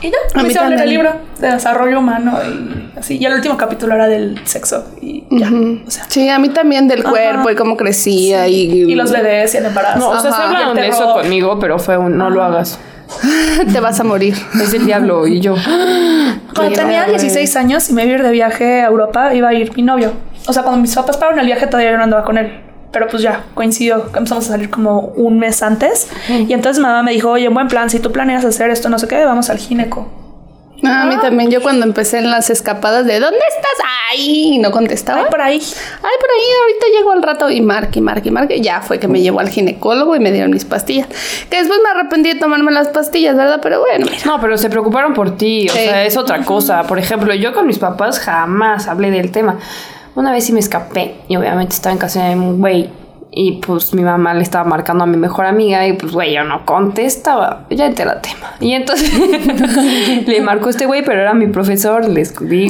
S5: Y ya,
S1: Mm. A
S5: me
S1: mí
S5: hicieron leer el
S1: también.
S5: libro de desarrollo humano y así. Y el último capítulo era del sexo y ya. O sea,
S1: Sí, a mí también del
S5: Ajá.
S1: cuerpo y cómo crecía y,
S5: y los bebés y el embarazo.
S2: No, o sea, se
S1: Ajá. Ah.
S2: hablaron
S5: Y el
S2: de eso
S5: terror.
S2: conmigo, pero fue un no lo hagas.
S1: te vas a morir.
S2: Es el diablo y yo.
S5: Cuando tenía 16 años y me iba a ir de viaje a Europa, iba a ir mi novio. O sea, cuando mis papás pararon el viaje todavía yo no andaba con él. Pero pues ya, coincidió. Empezamos a salir como un mes antes. Y entonces mamá me dijo, oye, buen plan, si tú planeas hacer esto, no sé qué, vamos al gineco.
S1: No, a mí también yo cuando empecé en las escapadas de ¿dónde estás? Ahí y no contestaba.
S5: Ay, por ahí.
S1: Ay, por ahí, ahorita llego al rato y marque, y marque, y marque. Ya fue que me llevó al ginecólogo y me dieron mis pastillas. Que después me arrepentí de tomarme las pastillas, ¿verdad? Pero bueno, mira.
S2: No, pero se preocuparon por ti, o
S1: Sí.
S2: sea, es otra cosa. Por ejemplo, yo con mis papás jamás hablé del tema. Una vez sí me escapé y obviamente estaba en casa de un güey y pues mi mamá le estaba marcando a mi mejor amiga y pues güey, yo no contestaba, ya entérate. tema. Y entonces le marcó este güey, pero era mi profesor, les digo.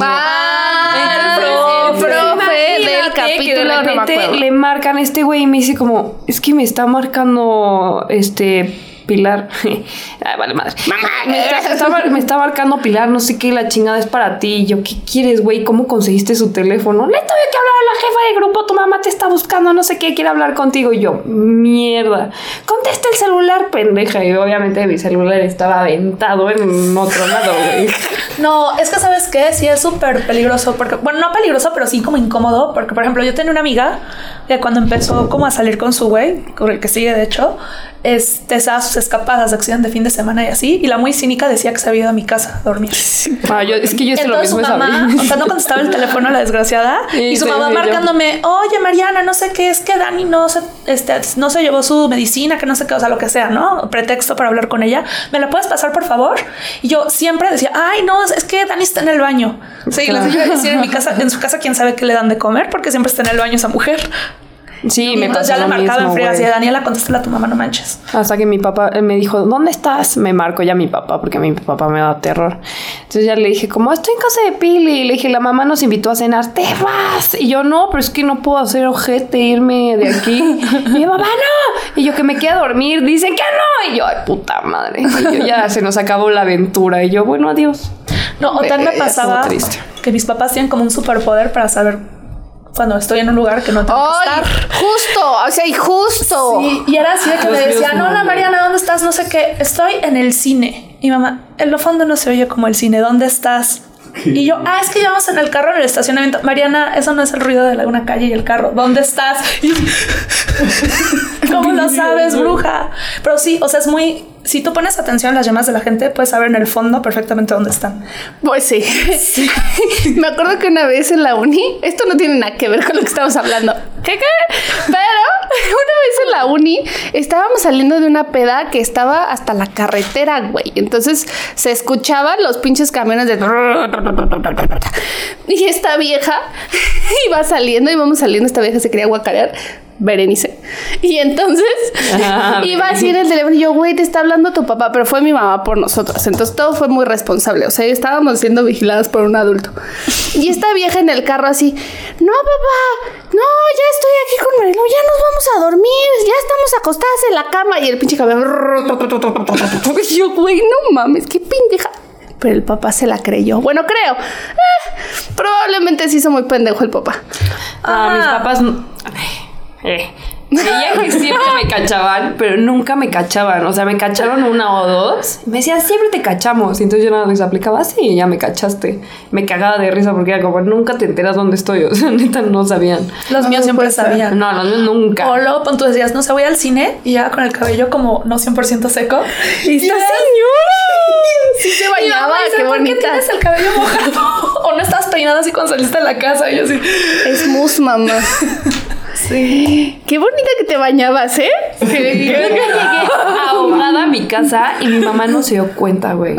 S1: Ah,
S2: Entonces,
S1: profe del
S2: imagínate que de
S1: capítulo, no me
S2: repente
S1: acuerdo.
S2: le marcan a este güey y me dice como, es que me está marcando este Pilar. Ay, vale, madre. Me está, está mar- me está marcando Pilar, no sé qué, la chingada es para ti. Y yo, ¿qué quieres, güey? ¿Cómo conseguiste su teléfono? Le tuve que hablar a la jefa de grupo, tu mamá te está buscando, no sé qué, quiere hablar contigo. Y yo, mierda. Contesta el celular, pendeja. Y obviamente mi celular estaba aventado en otro lado, güey.
S5: No, es que sabes qué, sí es súper peligroso, porque, bueno, no peligroso, pero sí como incómodo, porque por ejemplo yo tenía una amiga que cuando empezó como a salir con su güey, con el que sigue de hecho, este, se daba sus escapadas de acción de fin de semana y así, y la muy cínica decía que se había ido a mi casa a dormir.
S2: Ah, yo- es que yo hice lo
S5: Entonces
S2: mismo
S5: su
S2: esa
S5: mamá,
S2: vez.
S5: o sea, no contestaba el teléfono la desgraciada,
S2: Y
S5: y su
S2: sí,
S5: mamá
S2: sí, yo.
S5: marcándome, oye Mariana, no sé qué, es que Dani no se, este, no se llevó su medicina, que no sé qué, o sea, lo que sea, ¿no? Pretexto para hablar con ella, ¿me la puedes pasar por favor? Y yo siempre decía, ay, no, es que Dani está en el baño. Sí, les iba a decir en mi casa, en su casa, quién sabe qué le dan de comer, porque siempre está en el baño esa mujer.
S2: Sí,
S5: Y
S2: me pasó
S5: entonces ya le
S2: lo
S5: marcaba en
S2: mismo,
S5: friega,
S2: güey.
S5: así de Daniela, contéstale a tu mamá, no manches.
S2: Hasta que mi papá eh, me dijo, ¿dónde estás? Me marcó ya mi papá, porque mi papá me da terror. Entonces ya le dije, como estoy en casa de Pili. Le dije, la mamá nos invitó a cenar, te vas. Y yo, no, pero es que no puedo hacer ojete, irme de aquí. Y mi mamá, no. Y yo, que me queda a dormir. Dicen que no. Y yo, ay, puta madre. Y yo, ya se nos acabó la aventura. Y yo, bueno, adiós.
S5: No, o tal me
S2: Eh, estuvo
S5: pasaba
S2: triste.
S5: que mis papás tienen como un superpoder para saber cuando estoy en un lugar que no tengo que
S1: ¡Ay!
S5: estar.
S1: Justo, o sea, y justo.
S5: Sí, y era así de que me
S2: Dios mío,
S5: decían,
S2: Oh. no,
S5: hola
S2: no.
S5: Mariana, ¿dónde estás? No sé qué, estoy en el cine. Y mamá, en lo fondo no se oye como el cine, ¿dónde estás? Y yo, ah, es que llevamos en el carro en el estacionamiento. Mariana, eso no es el ruido de la- una calle y el carro. ¿Dónde estás? Y yo, ¿Cómo lo sabes, bruja? Pero sí, o sea, es muy... Si tú pones atención a las llamadas de la gente, puedes saber en el fondo perfectamente dónde están.
S1: Pues sí. Me acuerdo que una vez en la uni, esto no tiene nada que ver con lo que estamos hablando. ¿Qué, qué? Pero una vez en la uni estábamos saliendo de una peda que estaba hasta la carretera, güey. Entonces se escuchaban los pinches camiones de. Y esta vieja iba saliendo, íbamos saliendo, esta vieja se quería guacarear. Berenice. Y entonces
S2: Ah,
S1: iba así en el teléfono y yo, güey, te está hablando tu papá, pero fue mi mamá por nosotras. Entonces todo fue muy responsable. O sea, estábamos siendo vigiladas por un adulto. Y esta vieja en el carro así, no, papá, no, ya estoy aquí con Marino, ya nos vamos a dormir, ya estamos acostadas en la cama. Y el pinche cabrón, y yo, güey, no mames, qué pendeja. Pero el papá se la creyó. Bueno, creo. Eh, probablemente sí hizo muy pendejo el papá.
S2: Ah, mis papás. no- Eh. Creía que siempre me cachaban, pero nunca me cachaban. O sea, me cacharon una o dos. Me decían, siempre te cachamos. Y entonces yo nada más les aplicaba, sí, ya me cachaste. Me cagaba de risa porque era como, nunca te enteras dónde estoy. O sea, neta, no sabían.
S5: Los míos siempre sabían.
S2: No, los míos nunca.
S5: O luego pon tú decías, no se voy al cine y ya con el cabello como no 100% seco. Y
S1: ¡Esta señora!
S5: ya-
S1: Sí se
S5: Y mamá
S1: bañaba,
S5: dice,
S1: qué
S5: ¿por qué
S1: bonita.
S5: tienes el cabello mojado? o no estabas peinada así cuando saliste de la casa. Y yo así,
S1: Es mus, mamá. Sí. Qué bonita que te bañabas, ¿eh?
S2: Nunca llegué ahogada a mi casa y mi mamá no se dio cuenta, güey.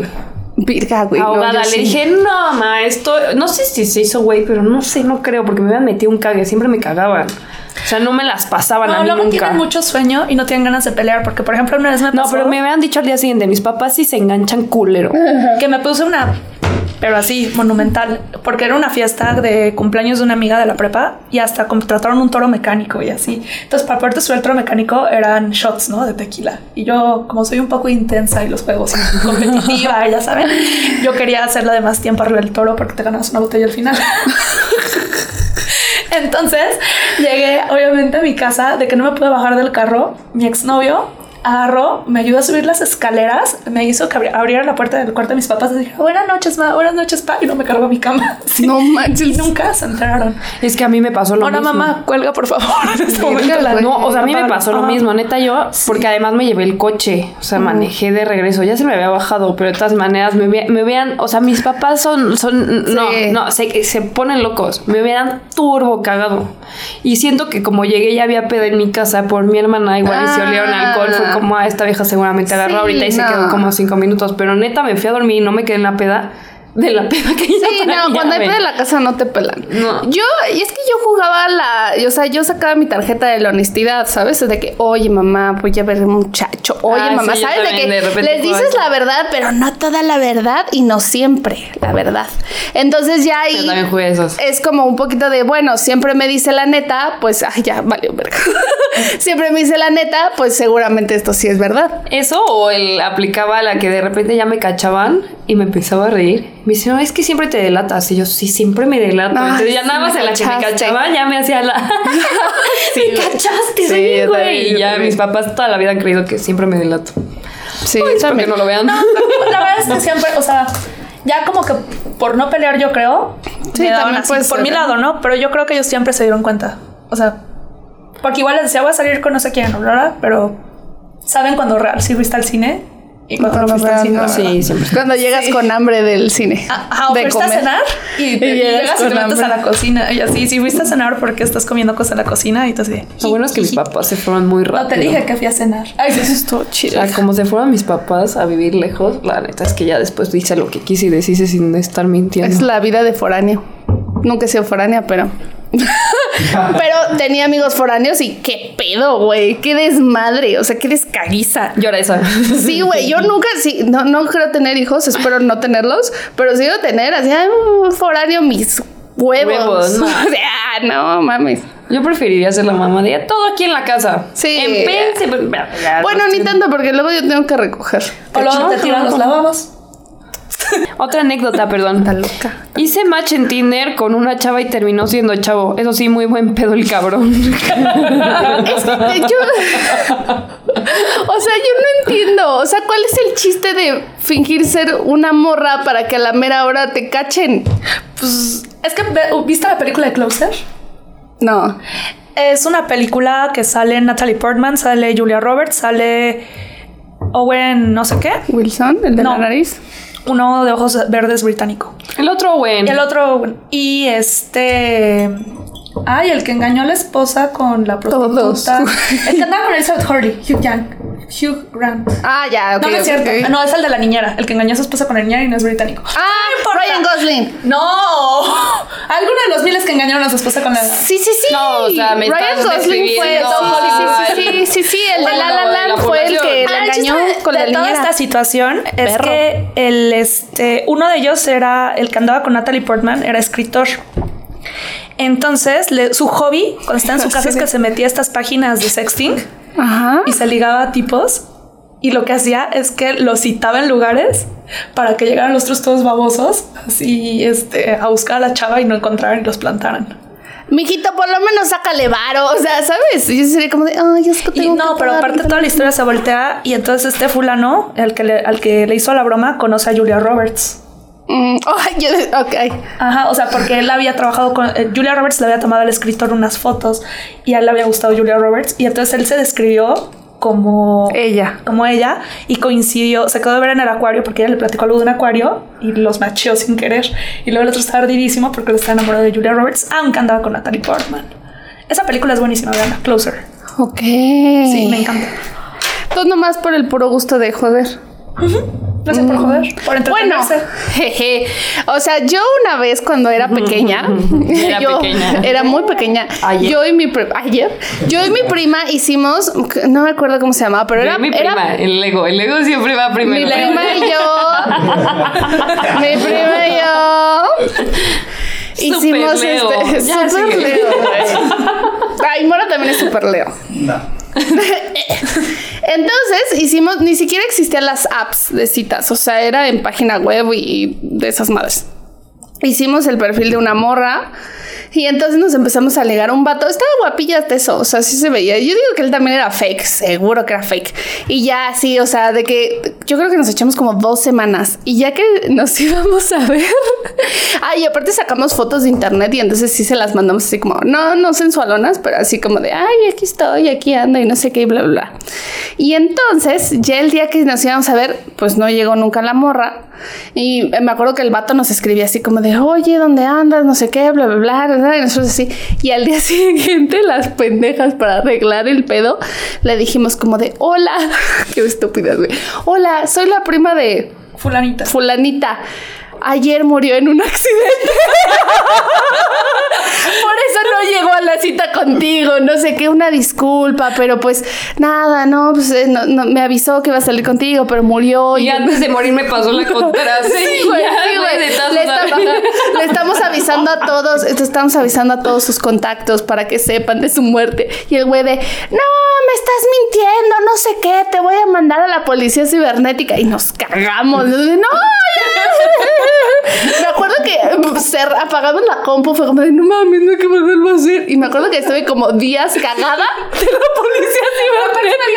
S1: Virga, güey. no,
S2: ahogada.
S1: yo
S2: Le
S1: sí.
S2: dije, no, ma, esto, no sé si se hizo güey, pero no sé, no creo, porque me habían metido un cague, siempre me cagaban. O sea, no me las pasaban a
S5: no,
S2: mí
S5: luego
S2: nunca.
S5: tienen mucho sueño y no tienen ganas de pelear. Porque, por ejemplo, una vez me
S2: No,
S5: pasó Ah.
S2: pero me habían dicho al día siguiente, mis papás sí se enganchan culero.
S5: que me puse una, pero así, monumental. Porque era una fiesta de cumpleaños de una amiga de la prepa y hasta contrataron un toro mecánico y así. Entonces, para poderte subir al toro mecánico eran shots, ¿no? De tequila. Y yo, como soy un poco intensa y los juegos y competitiva, ya saben, yo quería hacerla de más tiempo arriba del toro porque te ganabas una botella al final. Entonces llegué obviamente a mi casa de que no me pude bajar del carro. Mi exnovio agarró, me ayudó a subir las escaleras, me hizo que abri- abriera la puerta del cuarto de mis papás y dije, buenas noches, ma, buenas noches, pa, y no me cargó a mi cama. Sí.
S1: No
S5: Y
S1: manches.
S5: nunca se enteraron.
S2: Es que a mí me pasó lo
S5: Hola
S2: mismo.
S5: mamá, cuelga por favor. En este momento
S1: Pues,
S5: la-
S2: No, o sea, a mí me pasó lo
S5: Ajá.
S2: mismo, neta yo, porque además me llevé el coche, o sea, manejé de regreso, ya se me había bajado, pero de todas maneras me, hubi- me hubieran, o sea, mis papás son, son, no,
S1: Sí.
S2: no, se, se ponen locos, me hubieran turbo cagado. Y siento que como llegué ya había pedo en mi casa por mi hermana, igual y se
S1: Ah.
S2: olieron alcohol, fue como, ah, esta vieja seguramente agarró
S1: Sí,
S2: ahorita y se
S1: no.
S2: quedó como cinco minutos, pero neta me fui a dormir y no me quedé en la peda. de la peda que ella
S1: Sí, no,
S2: traía,
S1: cuando hay
S2: güey.
S1: pedo en la casa no te pelan.
S2: No.
S1: Yo, y es que yo jugaba la, y, o sea, yo sacaba mi tarjeta de la honestidad, ¿sabes? De que, oye mamá, voy a ver un muchacho, oye
S2: Ah,
S1: mamá,
S2: sí, yo
S1: ¿sabes? De que
S2: también, de repente
S1: les
S2: puedo
S1: dices
S2: hacer.
S1: la verdad, pero no toda la verdad y no siempre la verdad. Entonces ya ahí
S2: Yo también jugué esos.
S1: es como un poquito de, bueno, siempre me dice la neta, pues, ay, ya, valió verga. siempre me dice la neta, pues seguramente esto sí es verdad.
S2: Eso o él aplicaba la que de repente ya me cachaban y me empezaba a reír. Me dice, no, es que siempre te delatas. Y yo, sí, siempre me delato.
S1: Ay,
S2: Entonces ya
S1: sí,
S2: nada más
S1: me
S2: en la que me
S1: cachaste.
S2: cachaba ya me hacía la... me cachaste,
S1: Sí,
S2: sí,
S1: yo también,
S2: güey.
S1: yo
S2: Y ya
S1: también.
S2: mis papás toda la vida han creído que siempre me delato.
S1: Sí,
S2: Espero que no lo vean.
S5: Pues, La verdad es que siempre, o sea, ya como que por no pelear, yo creo.
S1: Sí,
S5: me daban
S1: también
S5: así
S1: puede
S5: por
S1: ser,
S5: mi
S1: ¿no?
S5: lado, ¿no? Pero yo creo que ellos siempre se dieron cuenta. O sea, porque igual les decía, voy a salir con no sé quién, ¿verdad? Pero saben cuando real sí fuiste al cine y cuando no
S1: Cuando
S5: fuiste al
S1: real,
S5: cine.
S1: no.
S5: la verdad.
S2: Sí, siempre.
S1: Cuando llegas con hambre del cine.
S5: Ah, Ajá, o
S1: de
S5: fuiste a
S1: comer.
S5: cenar y,
S1: Y
S5: te- y
S1: llegas
S5: llegas y te
S1: con
S5: metes a
S1: hambre.
S5: la cocina. Y así, si fuiste a cenar, porque estás comiendo cosas en la cocina? Y tú así. de,
S2: Lo bueno es que mis papás se fueron muy rápido.
S5: No te dije que fui a cenar. Ay, eso estuvo
S2: O
S5: chido.
S2: sea, como se fueron mis papás a vivir lejos, la neta es que ya después hice lo que quise y deshice sin estar mintiendo.
S1: Es la vida de foráneo. Nunca he sido foránea, pero. pero tenía amigos foráneos y qué pedo, güey. Qué desmadre. O sea, qué descaguiza.
S2: Yo era esa.
S1: Sí, güey. Yo nunca, sí, no, no creo tener hijos, espero no tenerlos, pero sí debo tener así, ay, un foráneo mis huevos.
S2: Huevos, no.
S1: O sea, no mames.
S2: Yo preferiría ser la mamá de todo aquí en la casa.
S1: Sí.
S2: Empense.
S1: Bueno, ni tanto, porque luego yo tengo que recoger.
S5: O luego
S2: No,
S5: te tiran
S2: no.
S5: los lavabos.
S2: Otra anécdota, perdón.
S1: Está loca.
S2: Hice match en Tinder con una chava y terminó siendo chavo. Eso sí, muy buen pedo el cabrón.
S1: Es que yo. o sea, yo no entiendo. O sea, ¿cuál es el chiste de fingir ser una morra para que a la mera hora te cachen?
S5: Pues es que ve- viste la película de Closer.
S1: No.
S5: Es una película que sale Natalie Portman, sale Julia Roberts, sale Owen, no sé qué,
S1: Wilson, el de la
S5: No.
S1: nariz.
S5: uno de ojos verdes británico.
S2: El otro, güey.
S5: Y el otro Owen. Y este. Ay, el que engañó a la esposa con la prostituta.
S1: Todos.
S5: El que andaba con Elizabeth Hurley, Hugh Grant. Hugh Grant.
S1: Ah, ya, ok.
S5: no, no es
S1: ok,
S5: cierto.
S1: ok.
S5: No, es el de la niñera. El que engañó a su esposa con la niñera y no es británico.
S1: Ah,
S5: importa.
S1: Ryan Gosling.
S5: ¡No! Alguno de los miles que engañaron a su esposa con la.
S1: Sí, sí, sí.
S2: No, o sea, me
S1: Ryan
S2: estás
S1: Gosling fue.
S2: describiendo
S1: Sí, sí, sí, sí, sí, sí, El de La La
S2: Bueno, la
S1: Land fue el que
S2: población.
S1: Eh, la
S5: Ah, el
S1: engañó
S5: chiste de-
S1: con la
S5: de toda
S1: niñera.
S5: esta situación es
S1: Perro.
S5: que el este uno de ellos era el que andaba con Natalie Portman era escritor entonces le- su hobby cuando estaba en su casa es que se metía a estas páginas de sexting
S1: Ajá.
S5: y se ligaba a tipos y lo que hacía es que los citaba en lugares para que llegaran los otros todos babosos así este a buscar a la chava y no encontraran y los plantaran
S1: Mijito, por lo menos sácale varo. O sea, ¿sabes? Yo sería como de, ay, es que
S5: Y
S1: tengo
S5: no,
S1: que
S5: pero
S1: pagar
S5: aparte toda la historia se voltea y entonces este fulano, el que le, al que le hizo la broma, conoce a Julia Roberts.
S1: Mm, ay, yo- ok.
S5: Ajá, o sea, porque él había trabajado con... eh, Julia Roberts le había tomado al escritor unas fotos y a él le había gustado Julia Roberts y entonces él se describió como...
S1: Ella.
S5: Como ella y coincidió, se quedó de ver en el acuario porque ella le platicó algo de un acuario y los macheó sin querer. Y luego el otro estaba ardidísimo porque él estaba enamorado de Julia Roberts, aunque andaba con Natalie Portman. Esa película es buenísima, veanla, Closer.
S1: Ok.
S5: Sí, me encanta.
S1: Todo nomás por el puro gusto de joder.
S5: No sé por joder, por
S1: Mm. Bueno,
S5: entretenerse.
S1: jeje. O sea, yo una vez cuando era pequeña,
S2: Era
S1: yo
S2: pequeña.
S1: era muy pequeña.
S2: Ayer.
S1: Yo y mi pri- ayer, yo y mi prima hicimos, no me acuerdo cómo se llamaba, pero
S2: Yo
S1: era
S2: y Eh, mi
S1: era
S2: prima, el Lego. El Lego siempre va primero.
S1: mi prima y yo. mi prima y yo. Hicimos
S2: Leo.
S1: este.
S2: Ya,
S1: Super
S2: sigue.
S1: Leo. güey. Ay, Mora también es super Leo.
S4: No.
S1: Entonces hicimos, ni siquiera existían las apps de citas, o sea, era en página web y de esas madres. Hicimos el perfil de una morra y entonces nos empezamos a ligar a un vato. Estaba guapilla hasta eso, o sea, sí se veía. Yo digo que él también era fake, seguro que era fake. Y ya así, o sea, de que yo creo que nos echamos como dos semanas y ya que nos íbamos a ver. Ah, y aparte sacamos fotos de internet y entonces sí se las mandamos así como, no, no sensualonas, pero así como de, ay, aquí estoy, aquí ando y no sé qué y bla, bla, bla. Y entonces, ya el día que nos íbamos a ver, pues no llegó nunca la morra. Y eh, me acuerdo que el vato nos escribía así como de, oye, ¿dónde andas? No sé qué, bla, bla, bla, bla, bla. Y nosotros así. Y al día siguiente, las pendejas para arreglar el pedo, le dijimos como de, hola, qué estúpidas, güey. Hola, soy la prima de
S5: Fulanita.
S1: fulanita. ayer murió en un accidente. Por eso no llegó a la cita contigo, no sé qué, una disculpa, pero pues nada, no, pues eh, no, no, me avisó que iba a salir contigo, pero murió.
S2: Y
S1: yo-
S2: antes de morir me pasó la contra. Sí,
S1: Sí, güey,
S2: ya,
S1: sí,
S2: güey,
S1: güey.
S2: de todas
S1: Le,
S2: maneras.
S1: estamos- le estamos avisando a todos, le estamos avisando a todos sus contactos para que sepan de su muerte. Y el güey de, no, me estás mintiendo, no sé qué, te voy a mandar a la policía cibernética. Y nos cagamos. Nos dice, No, ya". Me acuerdo que eh, cer- apagamos la compu, fue como de, no mames, no hay que volverlo a hacer. Y me acuerdo que estuve como días cagada de la policía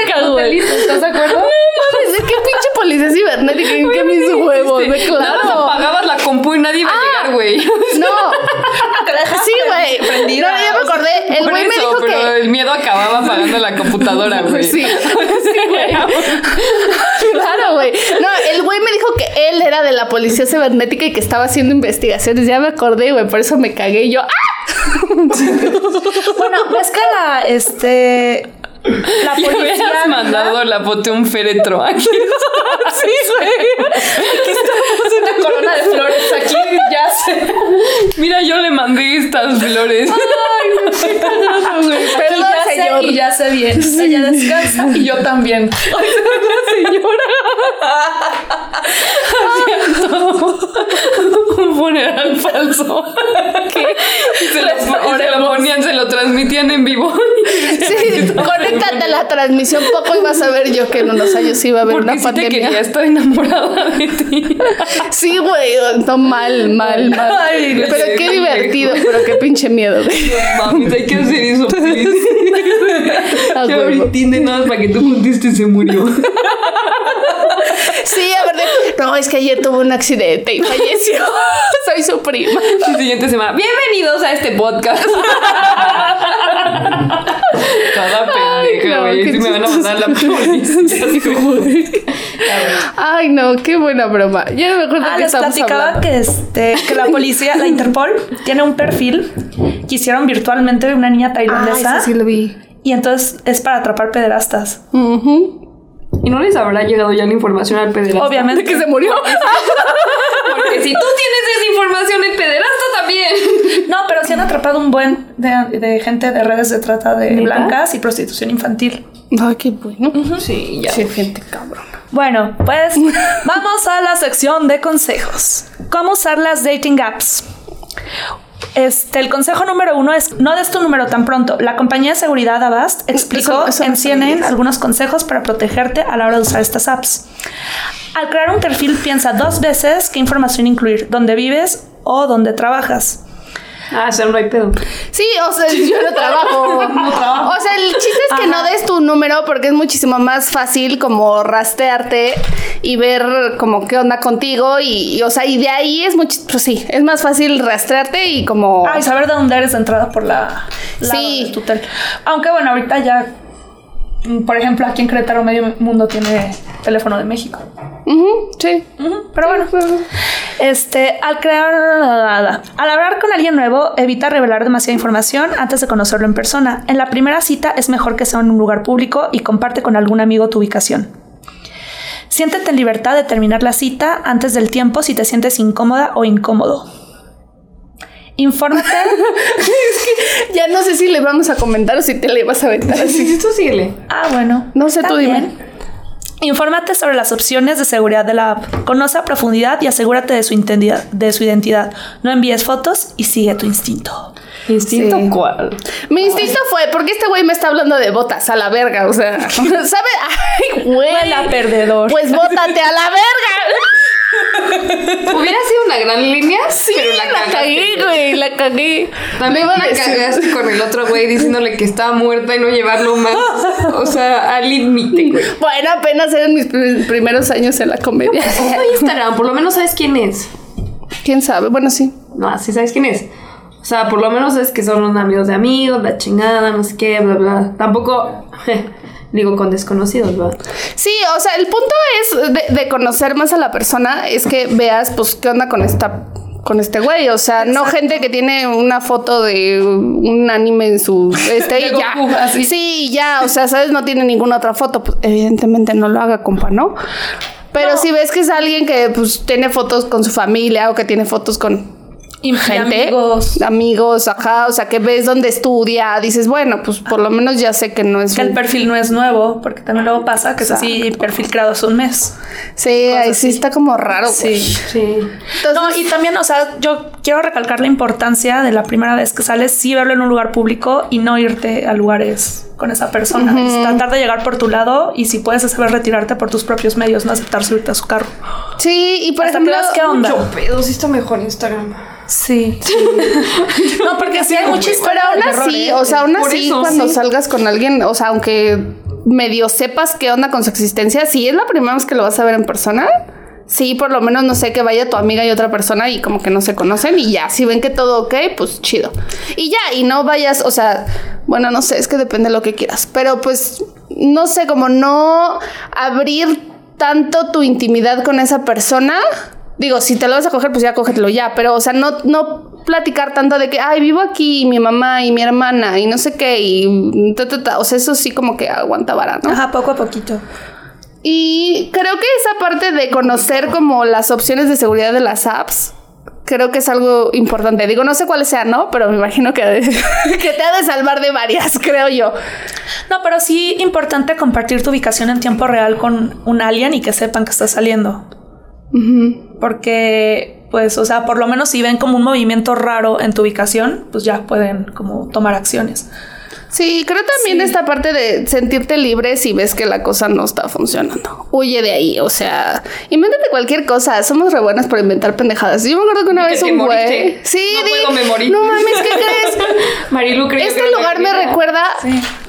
S1: cibernética, güey.
S2: ¿Estás de acuerdo?
S1: No mames, es que pinche policía cibernética, ¿en qué mis huevos? Me
S2: Nada más
S1: claro. Ah.
S2: apagabas la compu y nadie iba a llegar, güey.
S1: No. Sí, güey. No,
S5: prendida.
S1: ya me acordé. El
S2: Por
S1: güey me
S2: eso,
S1: dijo
S2: pero
S1: que.
S2: el miedo acababa apagando la computadora, güey.
S1: Sí. Sí, güey. Claro, güey. No, el güey me dijo que él era de la policía cibernética y que estaba haciendo investigaciones. Ya me acordé, güey. Por eso me cagué y yo. ¡Ah!
S5: Bueno, es que la, este, la
S2: Y
S5: policía...
S2: hubieras mandado la foto de un féretro aquí.
S5: Sí, güey. Aquí estamos en una corona de flores. Aquí ya sé.
S2: Mira, yo le mandé estas flores.
S5: Perdón,
S1: Perdón, señor.
S5: Y ya sé bien. Ella descansa y yo también.
S2: un funeral falso. Y Se
S1: Pues,
S2: lo, y se lo ponían, se lo transmitían en vivo.
S1: Sí, conéctate a la transmisión poco y vas a ver yo que en unos años iba a haber
S2: Porque
S1: una
S2: sí te
S1: pandemia.
S2: quería estar enamorada de ti.
S1: Sí, güey. No, mal, mal, mal.
S2: Ay, güey,
S1: pero
S2: qué
S1: qué divertido, pero qué pinche miedo, güey.
S2: Mami, hay que hacer eso, please.
S1: A
S2: Yo
S1: huevo.
S2: abrí Tinder nada más para que tú contestes se murió.
S1: Sí, a ver, de- no, es que ayer tuvo un accidente y falleció. Soy su prima.
S2: Y siguiente semana, bienvenidos a este podcast. Toda pendeja,
S1: no,
S2: güey.
S1: qué
S2: Si me van a mandar la policía.
S1: Ay, no, qué buena broma. Yo no me acuerdo
S5: Ah,
S1: qué
S5: les
S1: estamos
S5: platicaba
S1: hablando.
S5: que este que la policía, la Interpol, tiene un perfil que hicieron virtualmente de una niña tailandesa
S1: Ah, lo vi.
S5: y entonces es para atrapar pederastas.
S2: Y no les habrá llegado ya la información al pederasta.
S5: Obviamente
S1: Que se murió.
S2: Oh, Porque si tú tienes esa información, el pederasta también.
S5: No, pero sí han atrapado un buen de, de gente de redes de trata de
S2: ¿Neta?
S5: blancas y prostitución infantil.
S1: Ay, qué bueno.
S2: Sí, ya.
S1: Sí, gente cabrón.
S5: Bueno, pues vamos a la sección de consejos. ¿Cómo usar las dating apps? Este, el consejo número uno es no des tu número tan pronto. La compañía de seguridad Avast explicó
S1: Eso- eso no
S5: en
S1: sabía.
S5: CNN algunos consejos para protegerte a la hora de usar estas apps. Al crear un perfil, piensa dos veces qué información incluir, dónde vives o dónde trabajas.
S2: Ah, o sea, no hay pedo.
S1: Sí, o sea, yo no trabajo. O sea, el chiste es que no des tu número porque es muchísimo más fácil como rastrearte y ver como qué onda contigo y, y, o sea, y de ahí es mucho, pues sí, es más fácil rastrearte y como...
S5: Ah, y saber de dónde eres de entrada por la lado
S1: Sí.
S5: del tutel. Aunque bueno, ahorita ya, mm, por ejemplo, aquí en Querétaro medio mundo tiene teléfono de México.
S1: Ujú, sí.
S5: Ujú, Pero bueno, este, al crear, al hablar con alguien nuevo, evita revelar demasiada información antes de conocerlo en persona. En la primera cita es mejor que sea en un lugar público y comparte con algún amigo tu ubicación. Siéntete en libertad de terminar la cita antes del tiempo si te sientes incómoda o incómodo. Infórmate.
S1: Ya no sé si le vamos a comentar o si te le vas a aventar así.
S2: tú síguele.
S5: Ah, bueno.
S1: No sé,
S5: Está
S1: tú dime.
S5: bien. Infórmate sobre las opciones de seguridad de la app. Conoce a profundidad y asegúrate de su, intendia- de su identidad. No envíes fotos y sigue tu instinto.
S2: Instinto
S1: Sí.
S2: cuál.
S1: Mi instinto fue, porque este güey me está hablando de botas a la verga, o sea, ¿sabes? Ay, güey.
S5: Huela perdedor.
S1: Pues bótate a la verga.
S2: Hubiera sido una gran línea, sí, pero la,
S1: La
S2: cagaste,
S1: cagué, güey, la cagué.
S2: También
S1: Me iba a
S2: la
S1: decir-
S2: cagaste con el otro güey diciéndole que estaba muerta y no llevarlo más. O sea, al límite, güey.
S1: Bueno, apenas eran mis prim- primeros años en la comedia.
S2: No hay Instagram, por lo menos sabes quién es.
S1: ¿Quién sabe? Bueno, sí.
S2: No, así sabes quién es. O sea, por lo menos es que son unos amigos de amigos, la chingada, no sé qué, bla, bla. Tampoco digo con desconocidos, ¿verdad?
S1: Sí, o sea, el punto es de, de conocer más a la persona, es que veas, pues, qué onda con esta con este güey, o sea, no gente que tiene una foto de un anime en su este y
S2: De
S1: ya.
S2: Goku, así.
S1: Sí, ya, o sea, sabes, no tiene ninguna otra foto, pues, evidentemente no lo haga, compa, ¿no? Pero si ves que es alguien que pues tiene fotos con su familia o que tiene fotos con
S5: Y
S1: gente,
S5: amigos.
S1: amigos, ajá, o sea, que ves donde estudia, dices, bueno, pues por lo menos ya sé que no es
S5: Que el
S1: un-
S5: perfil no es nuevo, porque también luego pasa que es así, perfil creado hace un mes.
S1: Sí, ahí sí está como raro, güey.
S5: Sí.
S2: Sí.
S5: No, y también, o sea, yo quiero recalcar la importancia de la primera vez que sales, sí verlo en un lugar público y no irte a lugares con esa persona. Es tratar de llegar por tu lado y si puedes saber retirarte por tus propios medios, no aceptar subirte a su carro.
S1: Sí, y por
S5: Hasta que
S1: ejemplo,
S5: veas qué onda.
S2: Yo pedo, sí está mejor Instagram.
S5: Sí. no, porque sí hay mucha historia.
S1: Aún
S5: de terror,
S1: así,
S5: ¿eh?
S1: o sea, aún
S2: Por
S1: así,
S2: eso,
S1: cuando
S2: sí.
S1: salgas con alguien, o sea, aunque medio sepas qué onda con su existencia, si es la primera vez que lo vas a ver en persona, sí, por lo menos no sé que vaya tu amiga y otra persona y como que no se conocen y ya, si ven que todo ok, pues chido. Y ya, y no vayas, o sea, bueno, no sé, es que depende de lo que quieras, pero pues no sé, como no abrir tanto tu intimidad con esa persona. Digo, si te lo vas a coger, pues ya cógetelo ya. Pero, o sea, no, no platicar tanto de que, ay, vivo aquí, y mi mamá y mi hermana y no sé qué. Y ta, ta, ta. O sea, eso sí como que aguanta vara, ¿no?
S5: Ajá, poco a poquito.
S1: Y creo que esa parte de conocer como las opciones de seguridad de las apps, creo que es algo importante. Digo, no sé cuáles sean, ¿no? Pero me imagino que, que te ha de salvar de varias, creo yo.
S5: No, pero sí importante compartir tu ubicación en tiempo real con un alien y que sepan que estás saliendo. Porque, pues, o sea, por lo menos si ven como un movimiento raro en tu ubicación, pues ya pueden como tomar acciones.
S1: Sí, creo también esta parte de sentirte libre si ves que la cosa no está funcionando. Huye de ahí, o sea, invéntate cualquier cosa. Somos re buenas por inventar pendejadas. Yo me acuerdo que una
S2: ¿Que
S1: vez
S2: te
S1: un güey.
S2: moriste?
S1: Sí,
S2: No
S1: di-
S2: puedo, me morí.
S1: No mames, ¿qué crees?
S2: Marilu creo
S1: Este lugar me recuerda.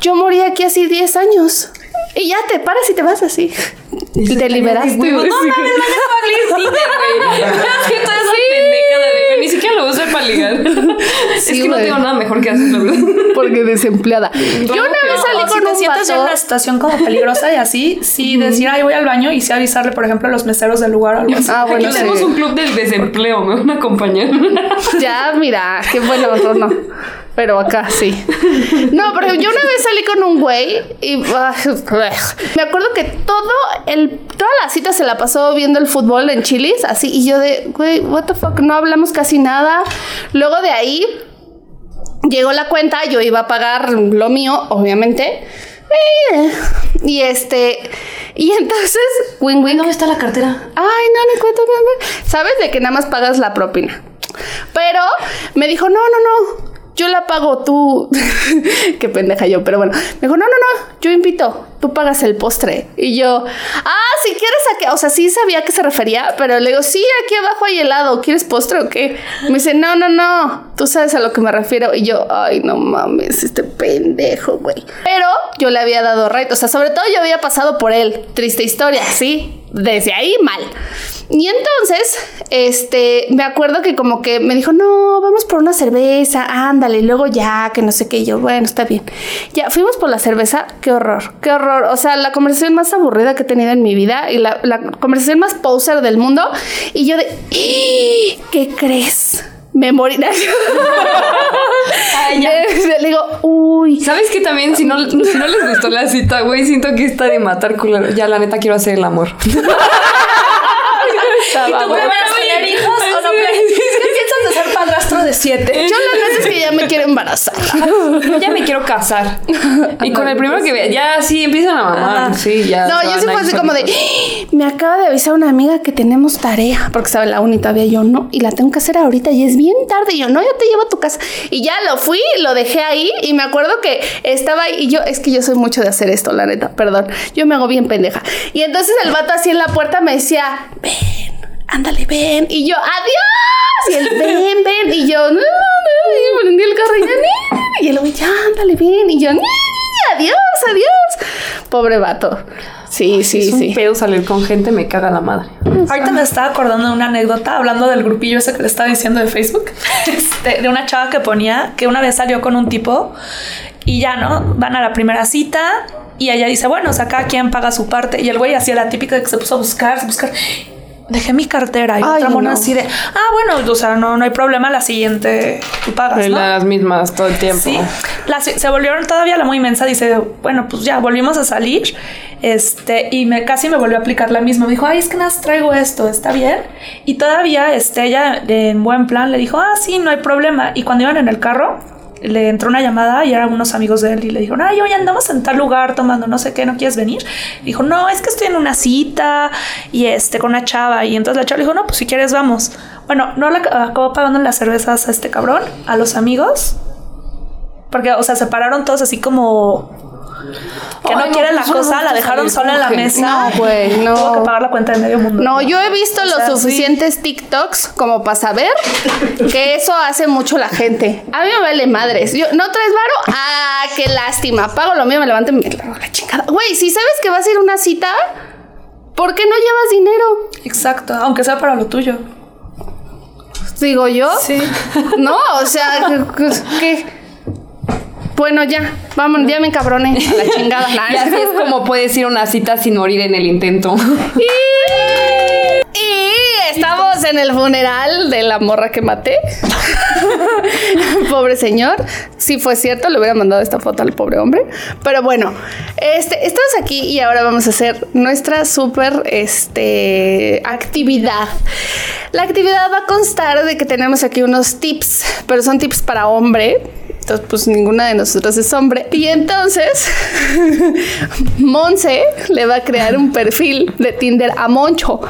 S1: Yo morí aquí así 10 años. Y ya te paras y te vas así. Y te liberaste.
S2: No mames, me a abrir Tinder, güey. Es que toda esa pendejada de güey, Ni siquiera lo uso para ligar.
S1: Sí,
S2: es que no
S1: güey.
S2: tengo nada mejor que hacer, la verdad.
S1: Porque desempleada. Yo una
S2: No,
S1: vez salí
S5: O si
S1: con
S5: te
S1: un
S5: sientas ya en
S1: vato-
S5: una situación como peligrosa y así, sí decir, ay, voy al baño y sí avisarle, por ejemplo, a los meseros del lugar o algo así.
S1: Ah, bueno,
S2: Aquí tenemos
S1: sí.
S2: un club del desempleo, me van a acompañar.
S1: Ya, mira, qué bueno, no, no. Pero acá sí. No, pero yo una vez salí con un güey y ah, me acuerdo que todo el toda la cita se la pasó viendo el fútbol en Chilis, así y yo de, güey, what the fuck, no hablamos casi nada. Luego de ahí llegó la cuenta, yo iba a pagar lo mío, obviamente. Eh, Y este, y entonces, win win.
S2: ¿Dónde está la cartera?
S1: Ay, no, no cuento. no, no. Sabes de que nada más pagas la propina. Pero me dijo, no, no, no. Yo la pago tú. Qué pendeja yo, pero bueno. Me dijo, no, no, no. Yo invito. Tú pagas el postre. Y yo, ah, si quieres aquí. O sea, sí sabía a qué se refería, pero le digo, sí, aquí abajo hay helado. ¿Quieres postre o qué? Me dice, no, no, no. Tú sabes a lo que me refiero. Y yo, ay, no mames, este pendejo, güey. Pero yo le había dado reto. O sea, sobre todo yo había pasado por él. Triste historia, sí desde ahí mal. Y entonces, este, me acuerdo que como que me dijo, no, vamos por una cerveza, ándale, y luego ya, que no sé qué, Y yo, bueno, está bien. Ya, fuimos por la cerveza, qué horror, qué horror. O sea, la conversación más aburrida que he tenido en mi vida y la, la conversación más poser del mundo. Y yo de, "¡Ah! ¿qué crees? Me moriré. Le digo, uy,
S2: ¿Sabes que también si no, si no les gustó la cita, güey, siento que está de matar culero. Ya, la neta, quiero hacer el amor. ¿Y tú
S5: planeas tener hijos o no ¿Qué piensas de ser padrastro de siete?
S1: yo las veces que ya me quiero embarazar.
S2: Ya me quiero casar. Y con el primero que vea, ya pues sí, empiezan a mamar. Ah, Sí, ya.
S1: No,
S2: se
S1: yo
S2: van
S1: sí
S2: a
S1: fue
S2: ir
S1: así
S2: solitos.
S1: como de, "¡Ah! me acaba de avisar una amiga que tenemos tarea, porque sabe la uni todavía yo no, y la tengo que hacer ahorita y es bien tarde, y yo no, yo te llevo a tu casa. Y ya lo fui, lo dejé ahí y me acuerdo que estaba ahí y yo, es que yo soy mucho de hacer esto, la neta, perdón, yo me hago bien pendeja. Y entonces el vato así en la puerta me decía, ven, ándale, ven, y yo, adiós, y él, ven, ven, y yo, no, no, no, y me prendí el carro y yo, "Ni, ni, ni". y él, güey, ya, ándale, ven, y yo, "Ni, ni, ni, adiós, adiós. Pobre vato. Sí, sí,
S2: Es un
S1: sí.
S2: pedo salir con gente, me caga la madre.
S5: Ahorita me estaba acordando de una anécdota hablando del grupillo ese que le estaba diciendo de Facebook, este, de una chava que ponía que una vez salió con un tipo y ya, ¿no? Van a la primera cita y ella dice, bueno, o sea, cada quien paga su parte. Y el güey hacía la típica de que se puso a buscar, a buscar. Dejé mi cartera y
S1: Ay,
S5: otra mona
S1: no.
S5: así de, ah, bueno, o sea, no, no hay problema, la siguiente tú pagas, ¿no?
S2: Las mismas todo el tiempo.
S5: Sí, la- se volvieron todavía la muy inmensa. Dice, bueno, pues ya volvimos a salir. Este, y me, casi me volvió a aplicar la misma. Me dijo, ay, es que nada, más traigo esto, ¿está bien? Y todavía, este, ella de- en buen plan le dijo, ah, sí, no hay problema. Y cuando iban en el carro, le entró una llamada y eran unos amigos de él y le dijeron, ay, hoy andamos en tal lugar tomando no sé qué, ¿no quieres venir? Dijo, no, es que estoy en una cita y este, con una chava. Y entonces la chava le dijo, no, pues si quieres vamos. Bueno, no le ac- acabó pagando las cervezas a este cabrón, a los amigos. Porque, o sea, se pararon todos así como que no,
S2: Ay, no,
S5: quieren la
S2: pues, uno
S5: cosa,
S2: nunca
S5: la dejaron
S2: sabe
S5: sola en la
S2: cómo que-
S5: mesa.
S1: No, güey, no.
S5: Tuvo que pagar la cuenta de medio mundo.
S1: No, yo he visto
S5: O
S1: los
S5: sea, sí.
S1: suficientes TikToks como para saber que eso hace mucho la gente. A mí me vale madres. Yo, ¿No traes varo? Ah, qué lástima. Pago lo mío, me levanto y me largo a la chingada. Güey, si sabes que vas a ir a una cita, ¿por qué no llevas dinero?
S5: Exacto, aunque sea para lo tuyo.
S1: Digo yo.
S5: Sí.
S1: No, o sea, que- que... Bueno, ya, vamos, ya me encabroné a la chingada. Nah,
S2: Y así es como puedes ir a una cita sin morir en el intento.
S1: Y, y estamos en el funeral de la morra que maté. pobre señor. Si fue cierto, le hubiera mandado esta foto al pobre hombre. Pero bueno, este, estamos aquí y ahora vamos a hacer nuestra súper este, actividad. La actividad va a constar de que tenemos aquí unos tips, pero son tips para hombre. Entonces, pues ninguna de nosotras es hombre. Y entonces, Monse le va a crear un perfil de Tinder a Moncho.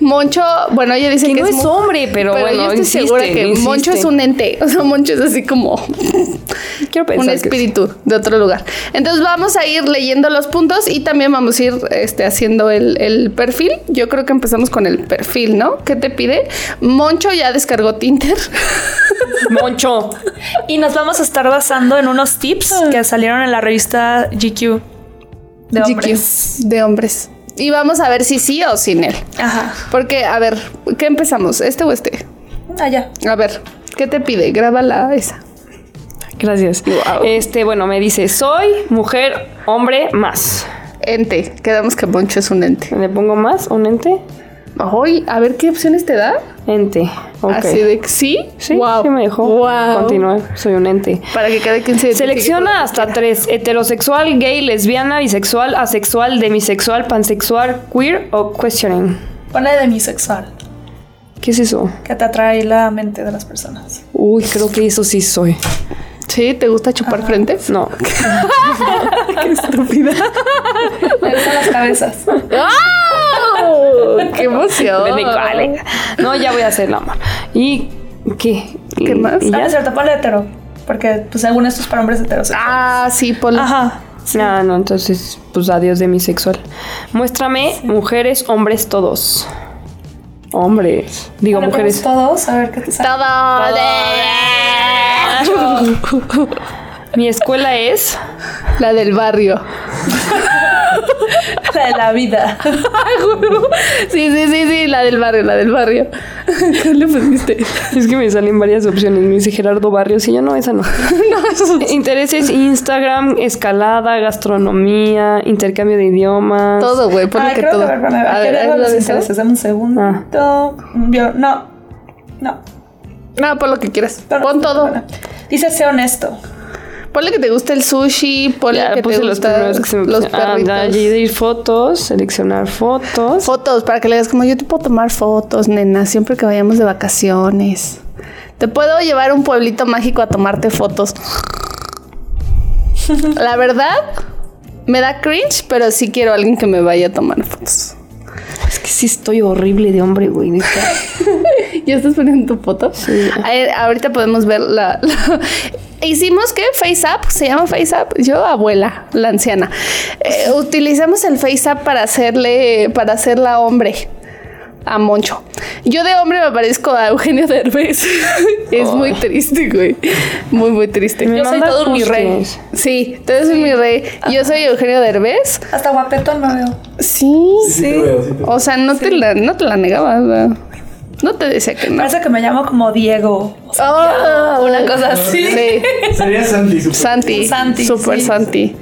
S1: Moncho, bueno, ella dice que,
S2: Que no es
S1: mu-
S2: hombre, pero bueno,
S1: yo estoy
S2: insiste,
S1: segura que
S2: insiste.
S1: Moncho es un ente. O sea, Moncho es así como
S2: Quiero
S1: un
S2: pensar. que-
S1: espíritu de otro lugar. Entonces vamos a ir leyendo los puntos y también vamos a ir este, haciendo el, el perfil. Yo creo que empezamos con el perfil, ¿no? ¿Qué te pide? Moncho ya descargó Tinder.
S2: Moncho.
S5: Y nos vamos a estar basando en unos tips
S1: Ah.
S5: que salieron en la revista GQ de
S1: GQ,
S5: hombres.
S1: De hombres. Y vamos a ver si sí o sin él.
S5: Ajá.
S1: Porque, a ver, ¿qué empezamos? ¿Este o este?
S5: Allá.
S1: A ver, ¿qué te pide? Grábala esa.
S2: Gracias.
S1: Wow.
S2: Este, bueno, me dice, soy mujer, hombre, más.
S1: Ente. Quedamos que Moncho es un ente.
S2: ¿Le pongo más? ¿Un ente?
S1: Hoy, a ver qué opciones te da.
S2: Ente. Ok.
S1: Así de que sí.
S2: Sí,
S1: Wow.
S2: sí me dejó.
S1: Wow.
S2: Continúa, soy un ente.
S1: Para que cada quien se
S2: Este,
S1: identifique
S2: Selecciona hasta tres: heterosexual, gay, lesbiana, bisexual, asexual, demisexual, pansexual, queer o questioning.
S5: Pone de bisexual,
S2: ¿Qué es eso?
S5: que te atrae la mente de las personas.
S2: Uy, creo que eso sí soy.
S1: Sí, ¿te gusta chupar frentes?
S2: No.
S5: Me gustan las cabezas.
S1: ¡Oh! ¡Qué
S2: De
S1: emoción!
S2: mi
S1: ¿eh?
S2: cual. No, ya voy a hacer la mano. ¿Y qué?
S1: ¿Qué más?
S2: ¿Y
S5: Ah, no
S2: ya?
S5: es cierto, ponle hetero. Porque, pues, según esto es para hombres heterosexuales.
S1: Ah, sí, Polo.
S5: Ajá.
S2: No, no, entonces, pues adiós demisexual. Muéstrame mujeres, hombres, todos. Hombres. Digo,
S5: Bueno,
S2: mujeres.
S5: pues, todos, a ver qué te sale.
S1: Todo de...
S2: Mi escuela es.
S1: La del barrio.
S5: La de la vida.
S1: Sí, sí, sí, sí, la del barrio, la del barrio. ¿Qué le pusiste?
S2: Es que me salen varias opciones. Me dice Gerardo Barrios y yo no, esa no. Intereses, Instagram, escalada, gastronomía, intercambio de idiomas.
S1: Todo, güey, ponle
S5: Ay,
S1: Ah, que
S5: creo
S1: todo.
S5: que, a ver, bueno,
S1: A
S5: aquí
S1: ver,
S5: le
S1: ¿algo
S5: los
S1: de
S5: intereses.
S1: eso?
S5: Dame un segundo.
S1: Ah.
S5: Yo- no. No.
S1: No, pon lo que quieras.
S5: no,
S1: Pon
S5: no,
S1: todo.
S5: no. Dice, sé honesto.
S1: Ponle que te gusta el sushi, ponle
S2: Ya
S1: que te
S2: puse los
S1: gusta
S2: primeros que se me
S1: los
S2: pusieron. Ah, ya,
S1: perritos.
S2: y de ir fotos, seleccionar fotos.
S1: Fotos, para que le digas como yo te puedo tomar fotos, nena, siempre que vayamos de vacaciones. Te puedo llevar a un pueblito mágico a tomarte fotos. La verdad, me da cringe, pero sí quiero a alguien que me vaya a tomar fotos.
S2: es que sí estoy horrible de hombre, güey. neta.
S1: ¿Ya estás poniendo tu foto?
S2: Sí.
S1: A ver, ahorita podemos ver la... la- Hicimos que FaceApp, se llama FaceApp, yo abuela, la anciana. Eh, utilizamos el FaceApp para hacerle, para hacerla hombre a Moncho. Yo de hombre me parezco a Eugenio Derbez. es muy triste, güey. Muy, muy triste.
S2: Me
S5: Yo soy
S2: mandas
S5: todo un mi rey.
S2: busques.
S1: Sí, tú eres mi rey. Yo soy Eugenio Derbez.
S5: Hasta guapetón me veo.
S1: Sí.
S6: Sí, te veo, sí te veo.
S1: O sea, no, te, la, no te la negabas. ¿verdad? No te decía que no.
S5: Parece que me llamo como Diego.
S1: Oh,
S5: Una cosa así.
S1: Sí.
S6: Sería Sandy, supongo.
S1: Santi.
S5: Santi,
S1: Super
S5: sí.
S1: Santi.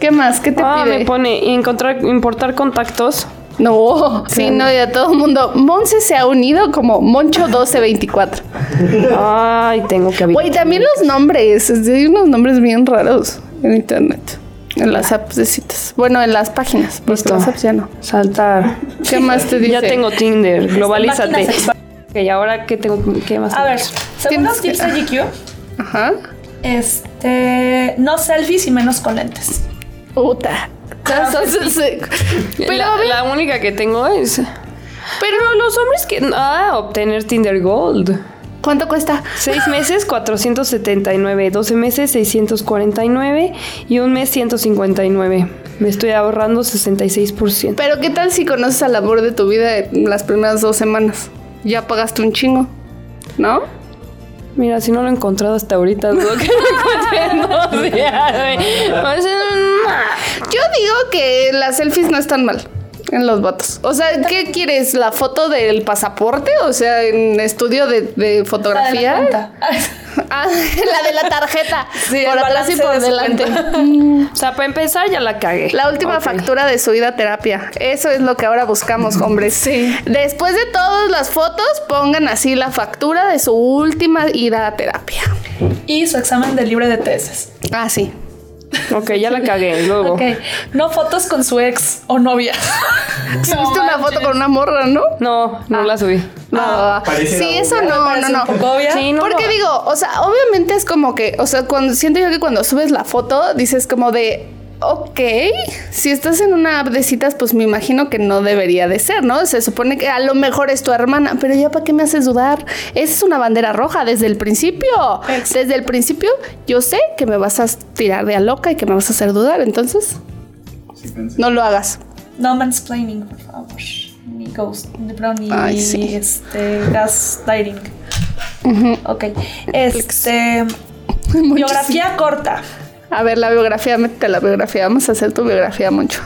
S1: ¿Qué más? ¿Qué te
S2: Ah,
S1: pide?
S2: me pone encontrar, importar contactos.
S1: No, sí, no, ya todo el mundo. Monse se ha unido como Moncho 1224.
S2: Ay, tengo que abrir.
S1: Güey, también los nombres. es de- Hay unos nombres bien raros en internet. En las apps de citas. Bueno, en las páginas, porque
S2: Listo.
S1: las apps ya no.
S2: Saltar.
S1: ¿Qué más te dice?
S2: Ya tengo Tinder, globalízate.
S5: Página sexual.
S2: Ok, ahora qué tengo qué más.
S5: A ver, según los
S1: Tienes
S5: tips de GQ,
S1: Ajá.
S5: este, no selfies y menos con lentes.
S1: Puta. Ah,
S2: tengo?
S1: Pero,
S2: la,
S1: a ver,
S2: la única que tengo es
S1: pero
S2: Pero los hombres que ah, obtener Tinder Gold.
S1: ¿cuánto cuesta?
S2: 6 meses 479, 12 meses 649 y un mes 159. Me estoy ahorrando 66%.
S1: Pero ¿qué tal si conoces al amor de tu vida en las primeras dos semanas? Ya pagaste un chingo, ¿no?
S2: Mira, si no lo he encontrado hasta ahorita, dudo que lo encontré en dos días, güey. O sea, no.
S1: Yo digo que las selfies no están mal en los vatos. O sea, ¿qué quieres? ¿La foto del pasaporte? O sea, en estudio de, de
S5: La de
S1: fotografía.
S5: la cuenta.
S1: Ah, la de la tarjeta.
S5: Sí,
S1: por
S5: el
S1: atrás y
S5: balance
S1: por
S5: de su
S1: delante.
S2: O sea, para empezar ya la cagué.
S1: La última
S2: Ok.
S1: factura de su ida a terapia. Eso es lo que ahora buscamos, hombres.
S5: Sí.
S1: Después de todas las fotos, pongan así la factura de su última ida a terapia.
S5: Y su examen de libre de tesis.
S1: Ah, sí.
S2: Ok, ya la cagué,
S1: Oh.
S2: luego.
S5: Ok. No fotos con su ex o novia.
S1: Subiste una foto con una morra, ¿no?
S2: No, no la subí.
S1: No.
S6: Ah, parece
S1: sí,
S6: una
S1: eso no, no,
S5: Parece un
S1: no.
S5: poco obvia.
S2: Sí, no.
S1: Porque
S2: no.
S1: digo, o sea, obviamente es como que, o sea, cuando siento yo que cuando subes la foto dices como de, ok, si estás en una app de citas, pues me imagino que no debería de ser, ¿no? Se supone que a lo mejor es tu hermana, pero ya para qué me haces dudar? Esa es una bandera roja desde el principio.
S5: Exacto.
S1: Desde el principio yo sé que me vas a tirar de a loca y que me vas a hacer dudar, entonces
S6: Sí, pensé.
S1: no lo hagas.
S5: No mansplaining, por favor. Ni ghost, ni- perdón, ni
S1: Ay, sí.
S5: este, gas lighting. Ok. Este. Biografía corta.
S1: A ver, la biografía, métete a la biografía. Vamos a hacer tu biografía, Moncho.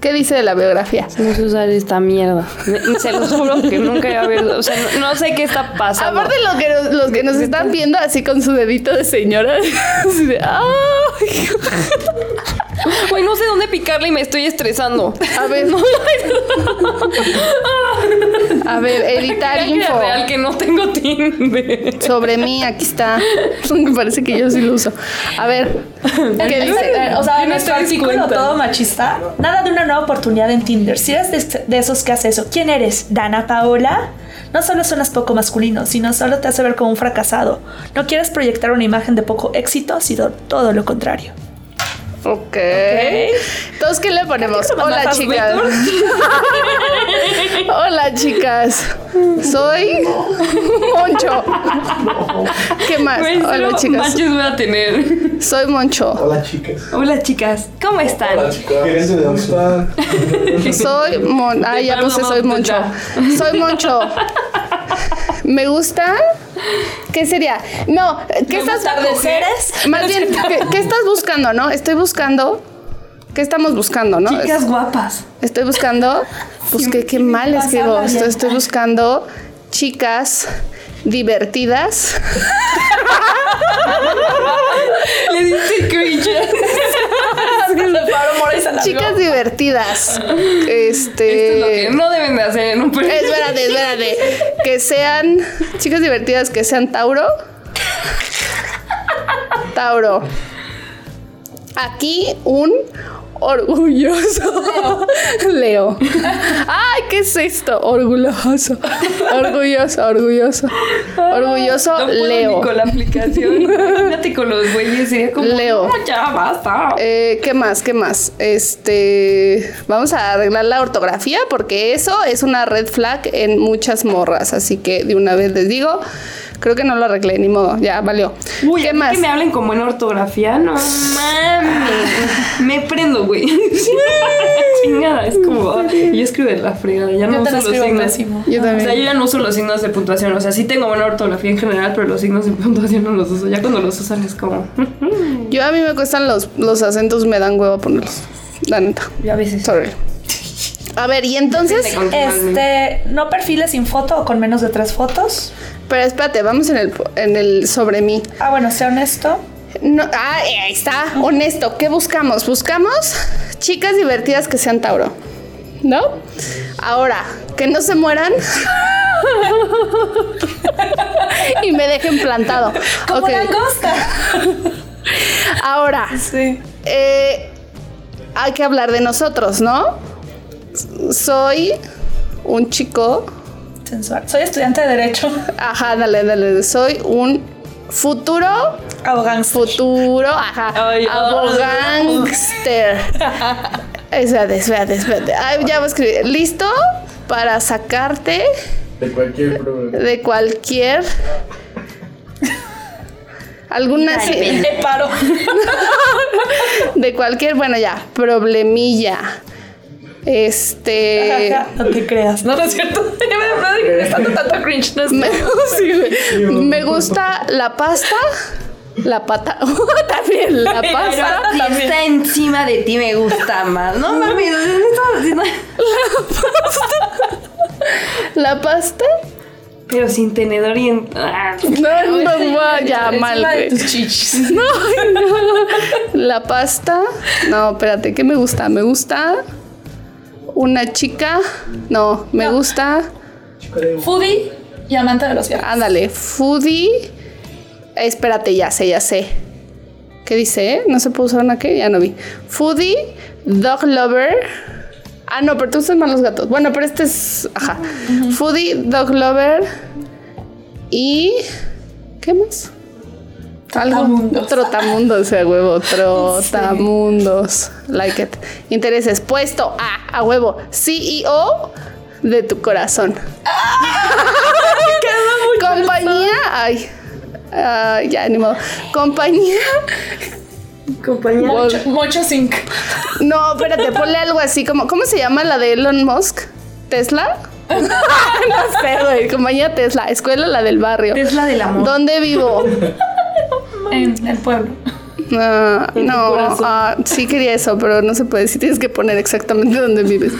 S1: ¿Qué dice de la biografía?
S2: No sé usar esta mierda. Me- Se los juro que nunca iba a ver. O sea, no, no sé qué está pasando.
S1: Aparte, lo que nos- los que nos están viendo así con su dedito de señora. así de, "Ay".
S2: Güey, no sé dónde picarle y me estoy estresando.
S1: A ver, no. A ver, editar
S2: Crean que era
S1: info.
S2: real que no tengo Tinder.
S1: Sobre mí, aquí está. Me parece que yo sí lo uso. A ver, ¿qué
S5: Eh,
S1: dice?
S5: O sea,
S2: Yo no
S5: nuestro
S2: estoy en
S5: artículo
S2: cuenta.
S5: todo machista. Nada de una nueva oportunidad en Tinder. Si eres de, de esos que hace eso, ¿quién eres? ¿Dana Paola? No solo suenas poco masculino, sino solo te hace ver como un fracasado. No quieres proyectar una imagen de poco éxito, sino todo lo contrario.
S1: Ok. Entonces, ¿qué le ponemos?
S5: Artículo
S1: Hola,
S5: más
S1: chicas. Hola, chicas. Soy Moncho. ¿Qué más?
S2: Güey,
S1: Hola,
S2: cero
S1: chicas.
S2: Matches voy a tener.
S1: Soy Moncho.
S6: Hola, chicas.
S2: Hola, chicas. ¿Cómo están?
S6: Gerente de dónde está?
S1: Soy Mon. Ah,
S2: De
S1: ya puse
S2: Panamá,
S1: soy
S2: puta.
S1: Moncho. Soy Moncho. Me gusta. ¿Qué sería? No, ¿qué
S5: Me
S1: estás
S5: gusta atardeceres.
S1: Más bien, ¿qué, qué estás buscando, no? Estoy buscando. ¿Qué estamos buscando, no?
S5: Chicas guapas.
S1: Estoy buscando. Pues qué, qué mal
S5: pasa,
S1: escribo.
S5: Mariana?
S1: Estoy, estoy buscando chicas divertidas.
S2: Le diste cringe.
S1: Chicas divertidas.
S2: Esto es lo
S1: Este.
S2: que no deben de hacer en un perfil.
S1: Espérate, espérate. Que sean chicas divertidas, que sean Tauro. Tauro. Aquí un orgulloso Leo. Ay, ¿qué es esto? Orgulloso. Orgulloso, orgulloso. Orgulloso
S2: No puedo
S1: Leo.
S2: ni con la aplicación. Imagínate con los güeyes. Sería como.
S1: Leo.
S2: "No, ya basta.
S1: Eh, ¿Qué más? ¿Qué más? Este. Vamos a arreglar la ortografía porque eso es una red flag en muchas morras. Así que de una vez les digo, creo que no lo arreglé, ni modo, ya valió.
S2: Uy,
S1: ¿Qué
S2: a mí
S1: más?
S2: que me hablen como en ortografía, no mames. Me prendo, güey. Chingada, es como. Yo escribo de la fregada, ya no
S5: Yo te lo
S2: uso los
S5: escribo
S2: signos.
S5: pésimo.
S1: Yo
S2: O sea,
S1: también.
S2: yo ya no uso los signos de puntuación. O sea, sí tengo buena ortografía en general, pero los signos de puntuación no los uso. Ya cuando los usan es como.
S1: Yo a mí me cuestan los, los acentos, me dan huevo ponerlos. La neta.
S2: Yo a veces.
S1: Sorry. A ver, y entonces.
S2: Con-
S5: Este, no perfiles sin foto o con menos de tres fotos.
S1: Pero espérate, vamos en el, en el sobre mí.
S5: Ah, bueno, sea honesto.
S1: No, ah, eh, ahí está, honesto. ¿Qué buscamos? Buscamos chicas divertidas que sean Tauro. ¿No? Ahora, que no se mueran. y me dejen plantado.
S5: Como
S1: Ok,
S5: langosta.
S1: Ahora,
S5: Sí.
S1: eh, hay que hablar de nosotros, ¿no? S- Soy un chico.
S5: Sensual. Soy estudiante de Derecho.
S1: Ajá, dale, dale. Soy un futuro
S5: Abogán.
S1: futuro, ajá,
S2: Ay,
S1: abogánster. Espérate, espérate, espérate. Ay, ya voy a escribir. ¿Listo? Para sacarte
S6: De cualquier problema.
S1: de cualquier. Alguna. si-
S5: Me paro.
S1: de cualquier, bueno, ya, problemilla. Este.
S5: Ajá, No te creas. No, no es cierto. Ya me no digas tanto, tanto cringe. No es
S1: Me,
S5: cierto.
S1: sí, güey. Me gusta la pasta. La pata. también, la
S5: Ay,
S1: pasta.
S5: ay,
S7: Si
S5: También.
S7: está encima de ti, me gusta más. No mami, no estás haciendo.
S1: La pasta.
S2: Pero sin tenedor y en... Ah,
S1: No, no, no, ya, mal,
S5: Encima de
S1: güey.
S5: tus chichis.
S1: No, ay, no. La pasta. No, espérate, ¿qué me gusta? Me gusta una chica. No, me gusta.
S5: Foodie y amante de los viajes.
S1: Ándale, foodie. Espérate, ya sé, ya sé. ¿Qué dice? eh? ¿No se puso una qué? Ya no vi. Foodie, dog lover. Ah, no, pero tú usas más los gatos. Bueno, pero este es. Ajá. Foodie, dog lover. Y. ¿Qué más? Algo.
S5: Trotamundos.
S1: Trotamundos, o sea, huevo. Trotamundos. Like it. Intereses. Puesto A, a huevo. CEO de tu corazón. Compañía. Ay. ah, ya, ni modo. Compañía.
S2: compañía.
S1: Wall-
S5: Mocho Zinc.
S1: No, espérate, ponle algo así como. ¿Cómo se llama la de Elon Musk? ¿Tesla? no sé, güey. Compañía Tesla. Escuela, la del barrio.
S7: Tesla del amor.
S1: ¿Dónde vivo?
S5: En el pueblo.
S1: Ah, no,
S2: corazón.
S1: ah, sí quería eso, pero no se puede decir. Tienes que poner exactamente dónde vives.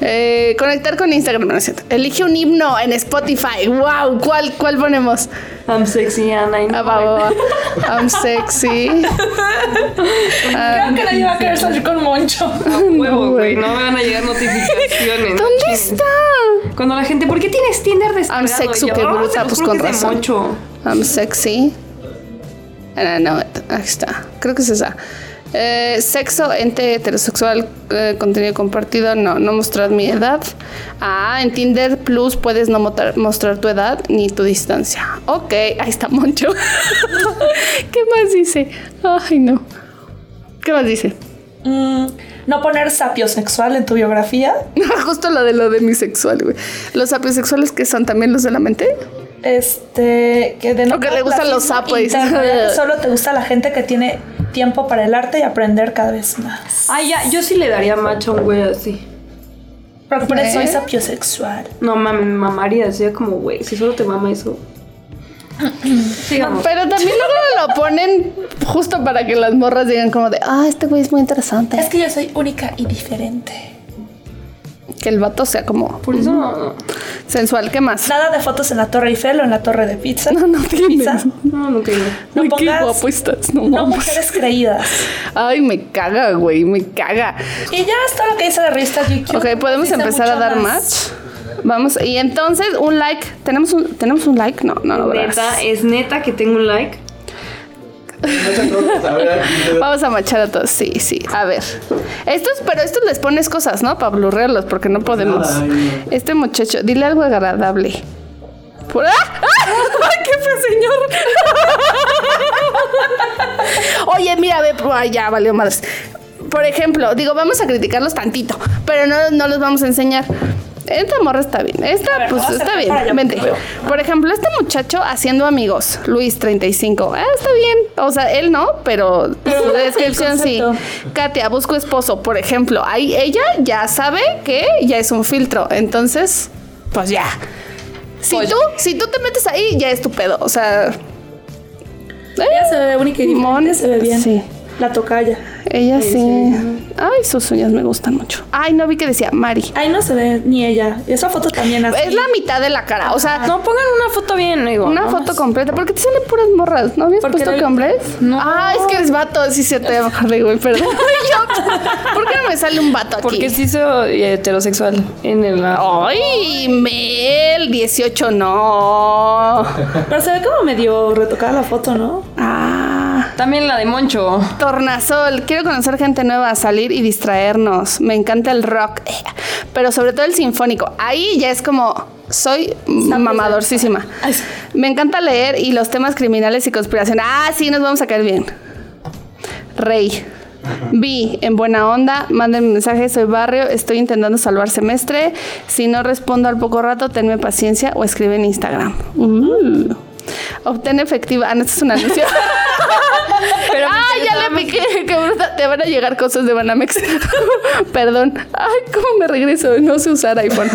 S1: Eh, conectar con Instagram, no es cierto. Elige un himno en Spotify. ¡Wow! ¿Cuál, cuál ponemos?
S2: I'm sexy and I
S1: Ah,
S2: know.
S1: va, va, va. I'm sexy. Ah,
S5: Creo que nadie va a querer salir con Moncho.
S2: Huevo, güey. No me van a llegar notificaciones.
S1: ¿Dónde está?
S2: Cuando la gente, ¿por qué tienes Tinder descargado?
S1: I'm sexy,
S2: Y yo,
S1: que
S2: "Ah,
S1: bruta",
S2: te lo
S1: pues,
S2: juro
S1: con
S2: que es de
S1: razón.
S2: mocho.
S1: I'm sexy. Ah, no, ahí está. Creo que es esa. Eh, sexo, ente heterosexual, eh, contenido compartido, no, no mostrar mi edad. Ah, en Tinder Plus puedes no motar- mostrar tu edad ni tu distancia. Ok, ahí está Moncho. ¿Qué más dice? Ay, no. ¿Qué más dice?
S5: Mm, no poner sapio sexual en tu biografía.
S1: Justo lo de lo de mi sexual, güey. Los apiosexuales que son también los de la mente.
S5: Este, que de
S1: O que le gustan los sapos.
S5: Solo te gusta la gente que tiene tiempo para el arte y aprender cada vez más.
S2: Ay, ya, yo sí le daría macho a un güey así.
S5: Pero por eso
S1: ¿Eh?
S5: soy sapiosexual.
S2: No mames, me mamaría. Sería como, güey, si solo te mama eso. Sigamos.
S1: Pero también luego lo ponen justo para que las morras digan como de, ah, este güey es muy
S5: Es
S1: interesante.
S5: que yo soy única y diferente.
S1: Que el vato sea como
S2: Por eso no, no,
S1: sensual, ¿qué más?
S5: Nada de fotos en la Torre Eiffel o en la Torre de Pizza.
S1: No, no tiene.
S5: Pizza.
S2: no, no tengo.
S5: No
S1: Ay, qué
S5: pongas-
S1: guapo estás, no
S5: No
S1: mames.
S5: mujeres creídas.
S1: Ay, me caga, güey, me caga.
S5: Y ya es todo lo que dice la revista GQ.
S1: Ok, podemos
S5: Dice
S1: empezar a
S5: mucho
S1: dar
S5: más.
S1: match. Vamos, y entonces un like. ¿Tenemos un, ¿tenemos un like? No, no, no, ¿verdad?
S2: Neta, es neta que tengo un like.
S6: Nosotros, a ver, aquí-
S1: Vamos a machar a todos, sí, sí. A ver. Estos, pero estos les pones cosas, ¿no? Para blurrearlos, porque no podemos.
S6: nada, ay,
S1: Este muchacho, dile algo agradable. Por- ¡Ah! ¡Ah! ¡Qué fue, señor! Oye, mira, ve, pu- ay, ya valió madres. Por ejemplo, digo, vamos a criticarlos tantito, pero no, no los vamos a enseñar. Esta morra está bien. Esta,
S5: ver,
S1: pues
S5: vamos a
S1: está
S5: hacer
S1: bien.
S5: para allá,
S1: Vente.
S5: porque
S1: Por ejemplo, este muchacho haciendo amigos, Luis 35. Ah, está bien. O sea, él no, pero su descripción sí. Katia, busco esposo, por ejemplo. Ahí ella ya sabe que ya es un filtro. Entonces, pues ya. Si tú, si tú te metes ahí, ya es tu pedo. O sea.
S5: Ella se ve única y diferente.
S1: Mon-
S5: se ve bien.
S1: sí.
S5: La tocaya.
S1: Ella sí. Ay, sus uñas me gustan mucho. Ay, no vi que decía Mari.
S5: Ahí no se ve ni ella. Esa foto también así.
S1: Es la mitad de la cara. O sea,
S2: No, pongan una foto bien, digo.
S1: Una
S2: ¿no?
S1: foto completa. ¿Por qué te salen puras morras? ¿No habías
S2: Porque
S1: puesto
S2: era
S1: que
S2: el-
S1: hombres?
S2: No.
S1: Ah, es que eres vato. Sí, se te acordé, güey. Perdón. Yo- ¿Por qué no me sale un vato aquí?
S2: Porque sí soy eh, heterosexual en el...
S1: Ay, Mel, 18, no.
S5: Pero se ve como medio retocada la foto, ¿no?
S1: Ah.
S2: También la de Moncho.
S1: Tornasol, quiero conocer gente nueva, salir y distraernos. Me encanta el rock, eh, pero sobre todo el sinfónico. Ahí ya es como soy mamadorcísima. Me encanta leer y los temas criminales y conspiración. Ah, sí, nos vamos a caer bien. Rey. Vi, en buena onda, manden mi mensaje, soy barrio, estoy intentando salvar semestre. Si no respondo al poco rato, tenme paciencia o escribe en Instagram. Uh. Obtén efectiva. Ah, no, esto es un anuncio.
S2: Pero me
S1: ah, ya le piqué. Qué bruta. Te van a llegar cosas de Banamex. Perdón. Ay, cómo me regreso. No sé usar iPhone.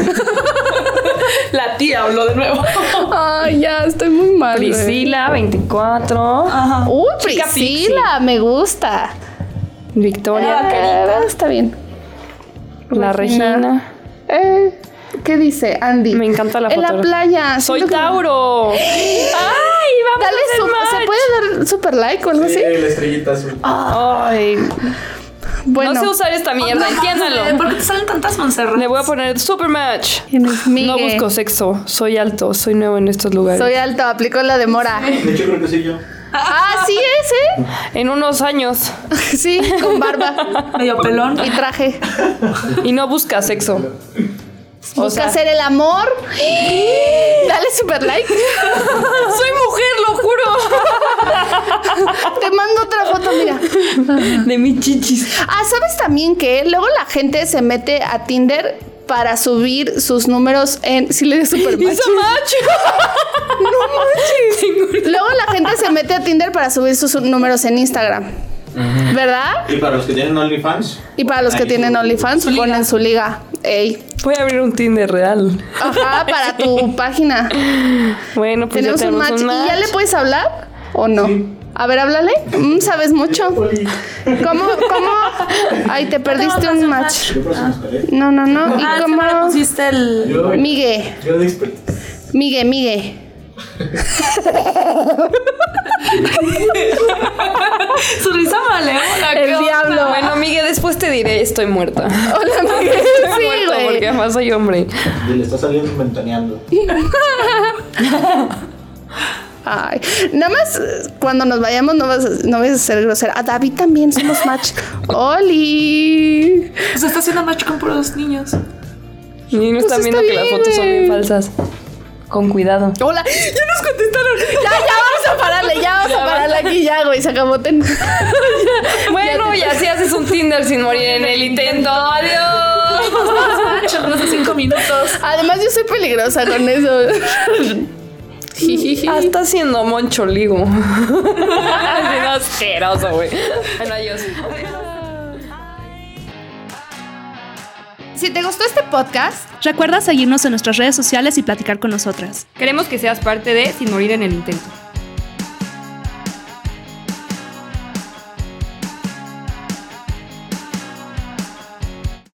S5: La tía habló de nuevo.
S1: Ay, ya, estoy muy mal.
S2: Pues
S1: güey.
S2: Priscila, 24.
S5: Ajá.
S1: Uy, Priscila, me gusta.
S2: Victoria.
S5: Ah, carita.
S1: está bien. pues,
S2: La Regina.
S1: Eh, ¿Qué dice Andy?
S2: Me encanta la
S1: En la
S2: foto.
S1: playa.
S2: Soy
S1: siento que-
S2: Tauro. ¡Ay! Vamos
S1: Dale
S2: a hacer
S1: su- ¿Se
S2: match.
S1: puede dar super like o algo
S6: Sí,
S1: así?
S6: Eh, la estrellita azul.
S2: Ay,
S1: Bueno,
S2: no sé usar esta mierda,
S5: Eh,
S2: entiéndalo.
S5: ¿Por qué te salen tantas Monserrat?
S2: Le voy a poner super match.
S1: ¿quién es Migue?
S2: No busco sexo, soy alto, soy nuevo en estos lugares.
S1: Soy alto, aplicó la de Mora.
S6: De hecho, creo que soy yo.
S1: Ah, sí es,
S2: En unos años
S1: ¿eh? Sí, con barba
S5: Medio pelón.
S1: y traje.
S2: y no busca sexo. O
S1: Busca
S2: sea-
S1: hacer el amor. Dale super like.
S2: Soy mujer, lo juro.
S1: Te mando otra foto, mira.
S2: De mis chichis.
S1: Ah, ¿sabes también que luego la gente se mete a Tinder para subir sus números en... Si le dio super match.
S2: Hizo match. No manches.
S1: Luego la gente se mete a Tinder para subir sus números en Instagram. ¿Verdad?
S4: Y para los que tienen OnlyFans,
S1: Y para los que
S4: Ahí.
S1: tienen OnlyFans, ponen su liga. Ey.
S2: Voy a abrir un Tinder real.
S1: Ajá, para tu página.
S2: Bueno, pues
S1: tenemos
S2: ya
S1: un
S2: tenemos
S1: match. ¿Y ya le puedes hablar o no? A ver, háblale. Mm, sabes mucho. ¿Cómo, cómo? Ay, te perdiste un match.
S6: Yo próximo escalé.
S1: No, no, no.
S5: Ah,
S1: ¿Y
S5: es que no le
S1: cómo?
S5: pusiste el.
S6: Yo,
S1: Migue,
S6: yo de experto.
S1: Migue, Migue.
S5: Su risa malévola. ¿qué
S2: El
S5: onda?
S2: diablo. Bueno, Miguel, después te diré, estoy muerta.
S1: Hola, Migue.
S2: Estoy
S1: Sí,
S2: muerta porque
S1: güey.
S2: además soy hombre.
S4: y le está saliendo ventaneando.
S1: Ay, nada más eh, cuando nos vayamos no vas, a- no vas a ser grosera. A David también somos match. ¡Oli!
S5: O sea, está haciendo match con puros niños.
S2: Y no está
S1: Pues está
S2: viendo que las
S1: bien,
S2: fotos son bien
S1: güey.
S2: falsas. Con cuidado.
S1: Hola, ya nos contestaron. Ya, ya vamos a pararle, ya vamos a pararle aquí, ya, güey, se acabó. Ten-
S2: Bueno, y así haces un Tinder sin morir en el intento. Adiós.
S5: Match en unos cinco minutos.
S1: Además, yo soy peligrosa con eso. Jijiji.
S2: Ah, está haciendo moncholigo. Haciendo asqueroso, güey. Bueno, adiós.
S1: Si te gustó este podcast,
S3: Recuerda seguirnos en nuestras redes sociales y platicar con nosotras.
S2: Queremos que seas parte de Sin Morir en el Intento.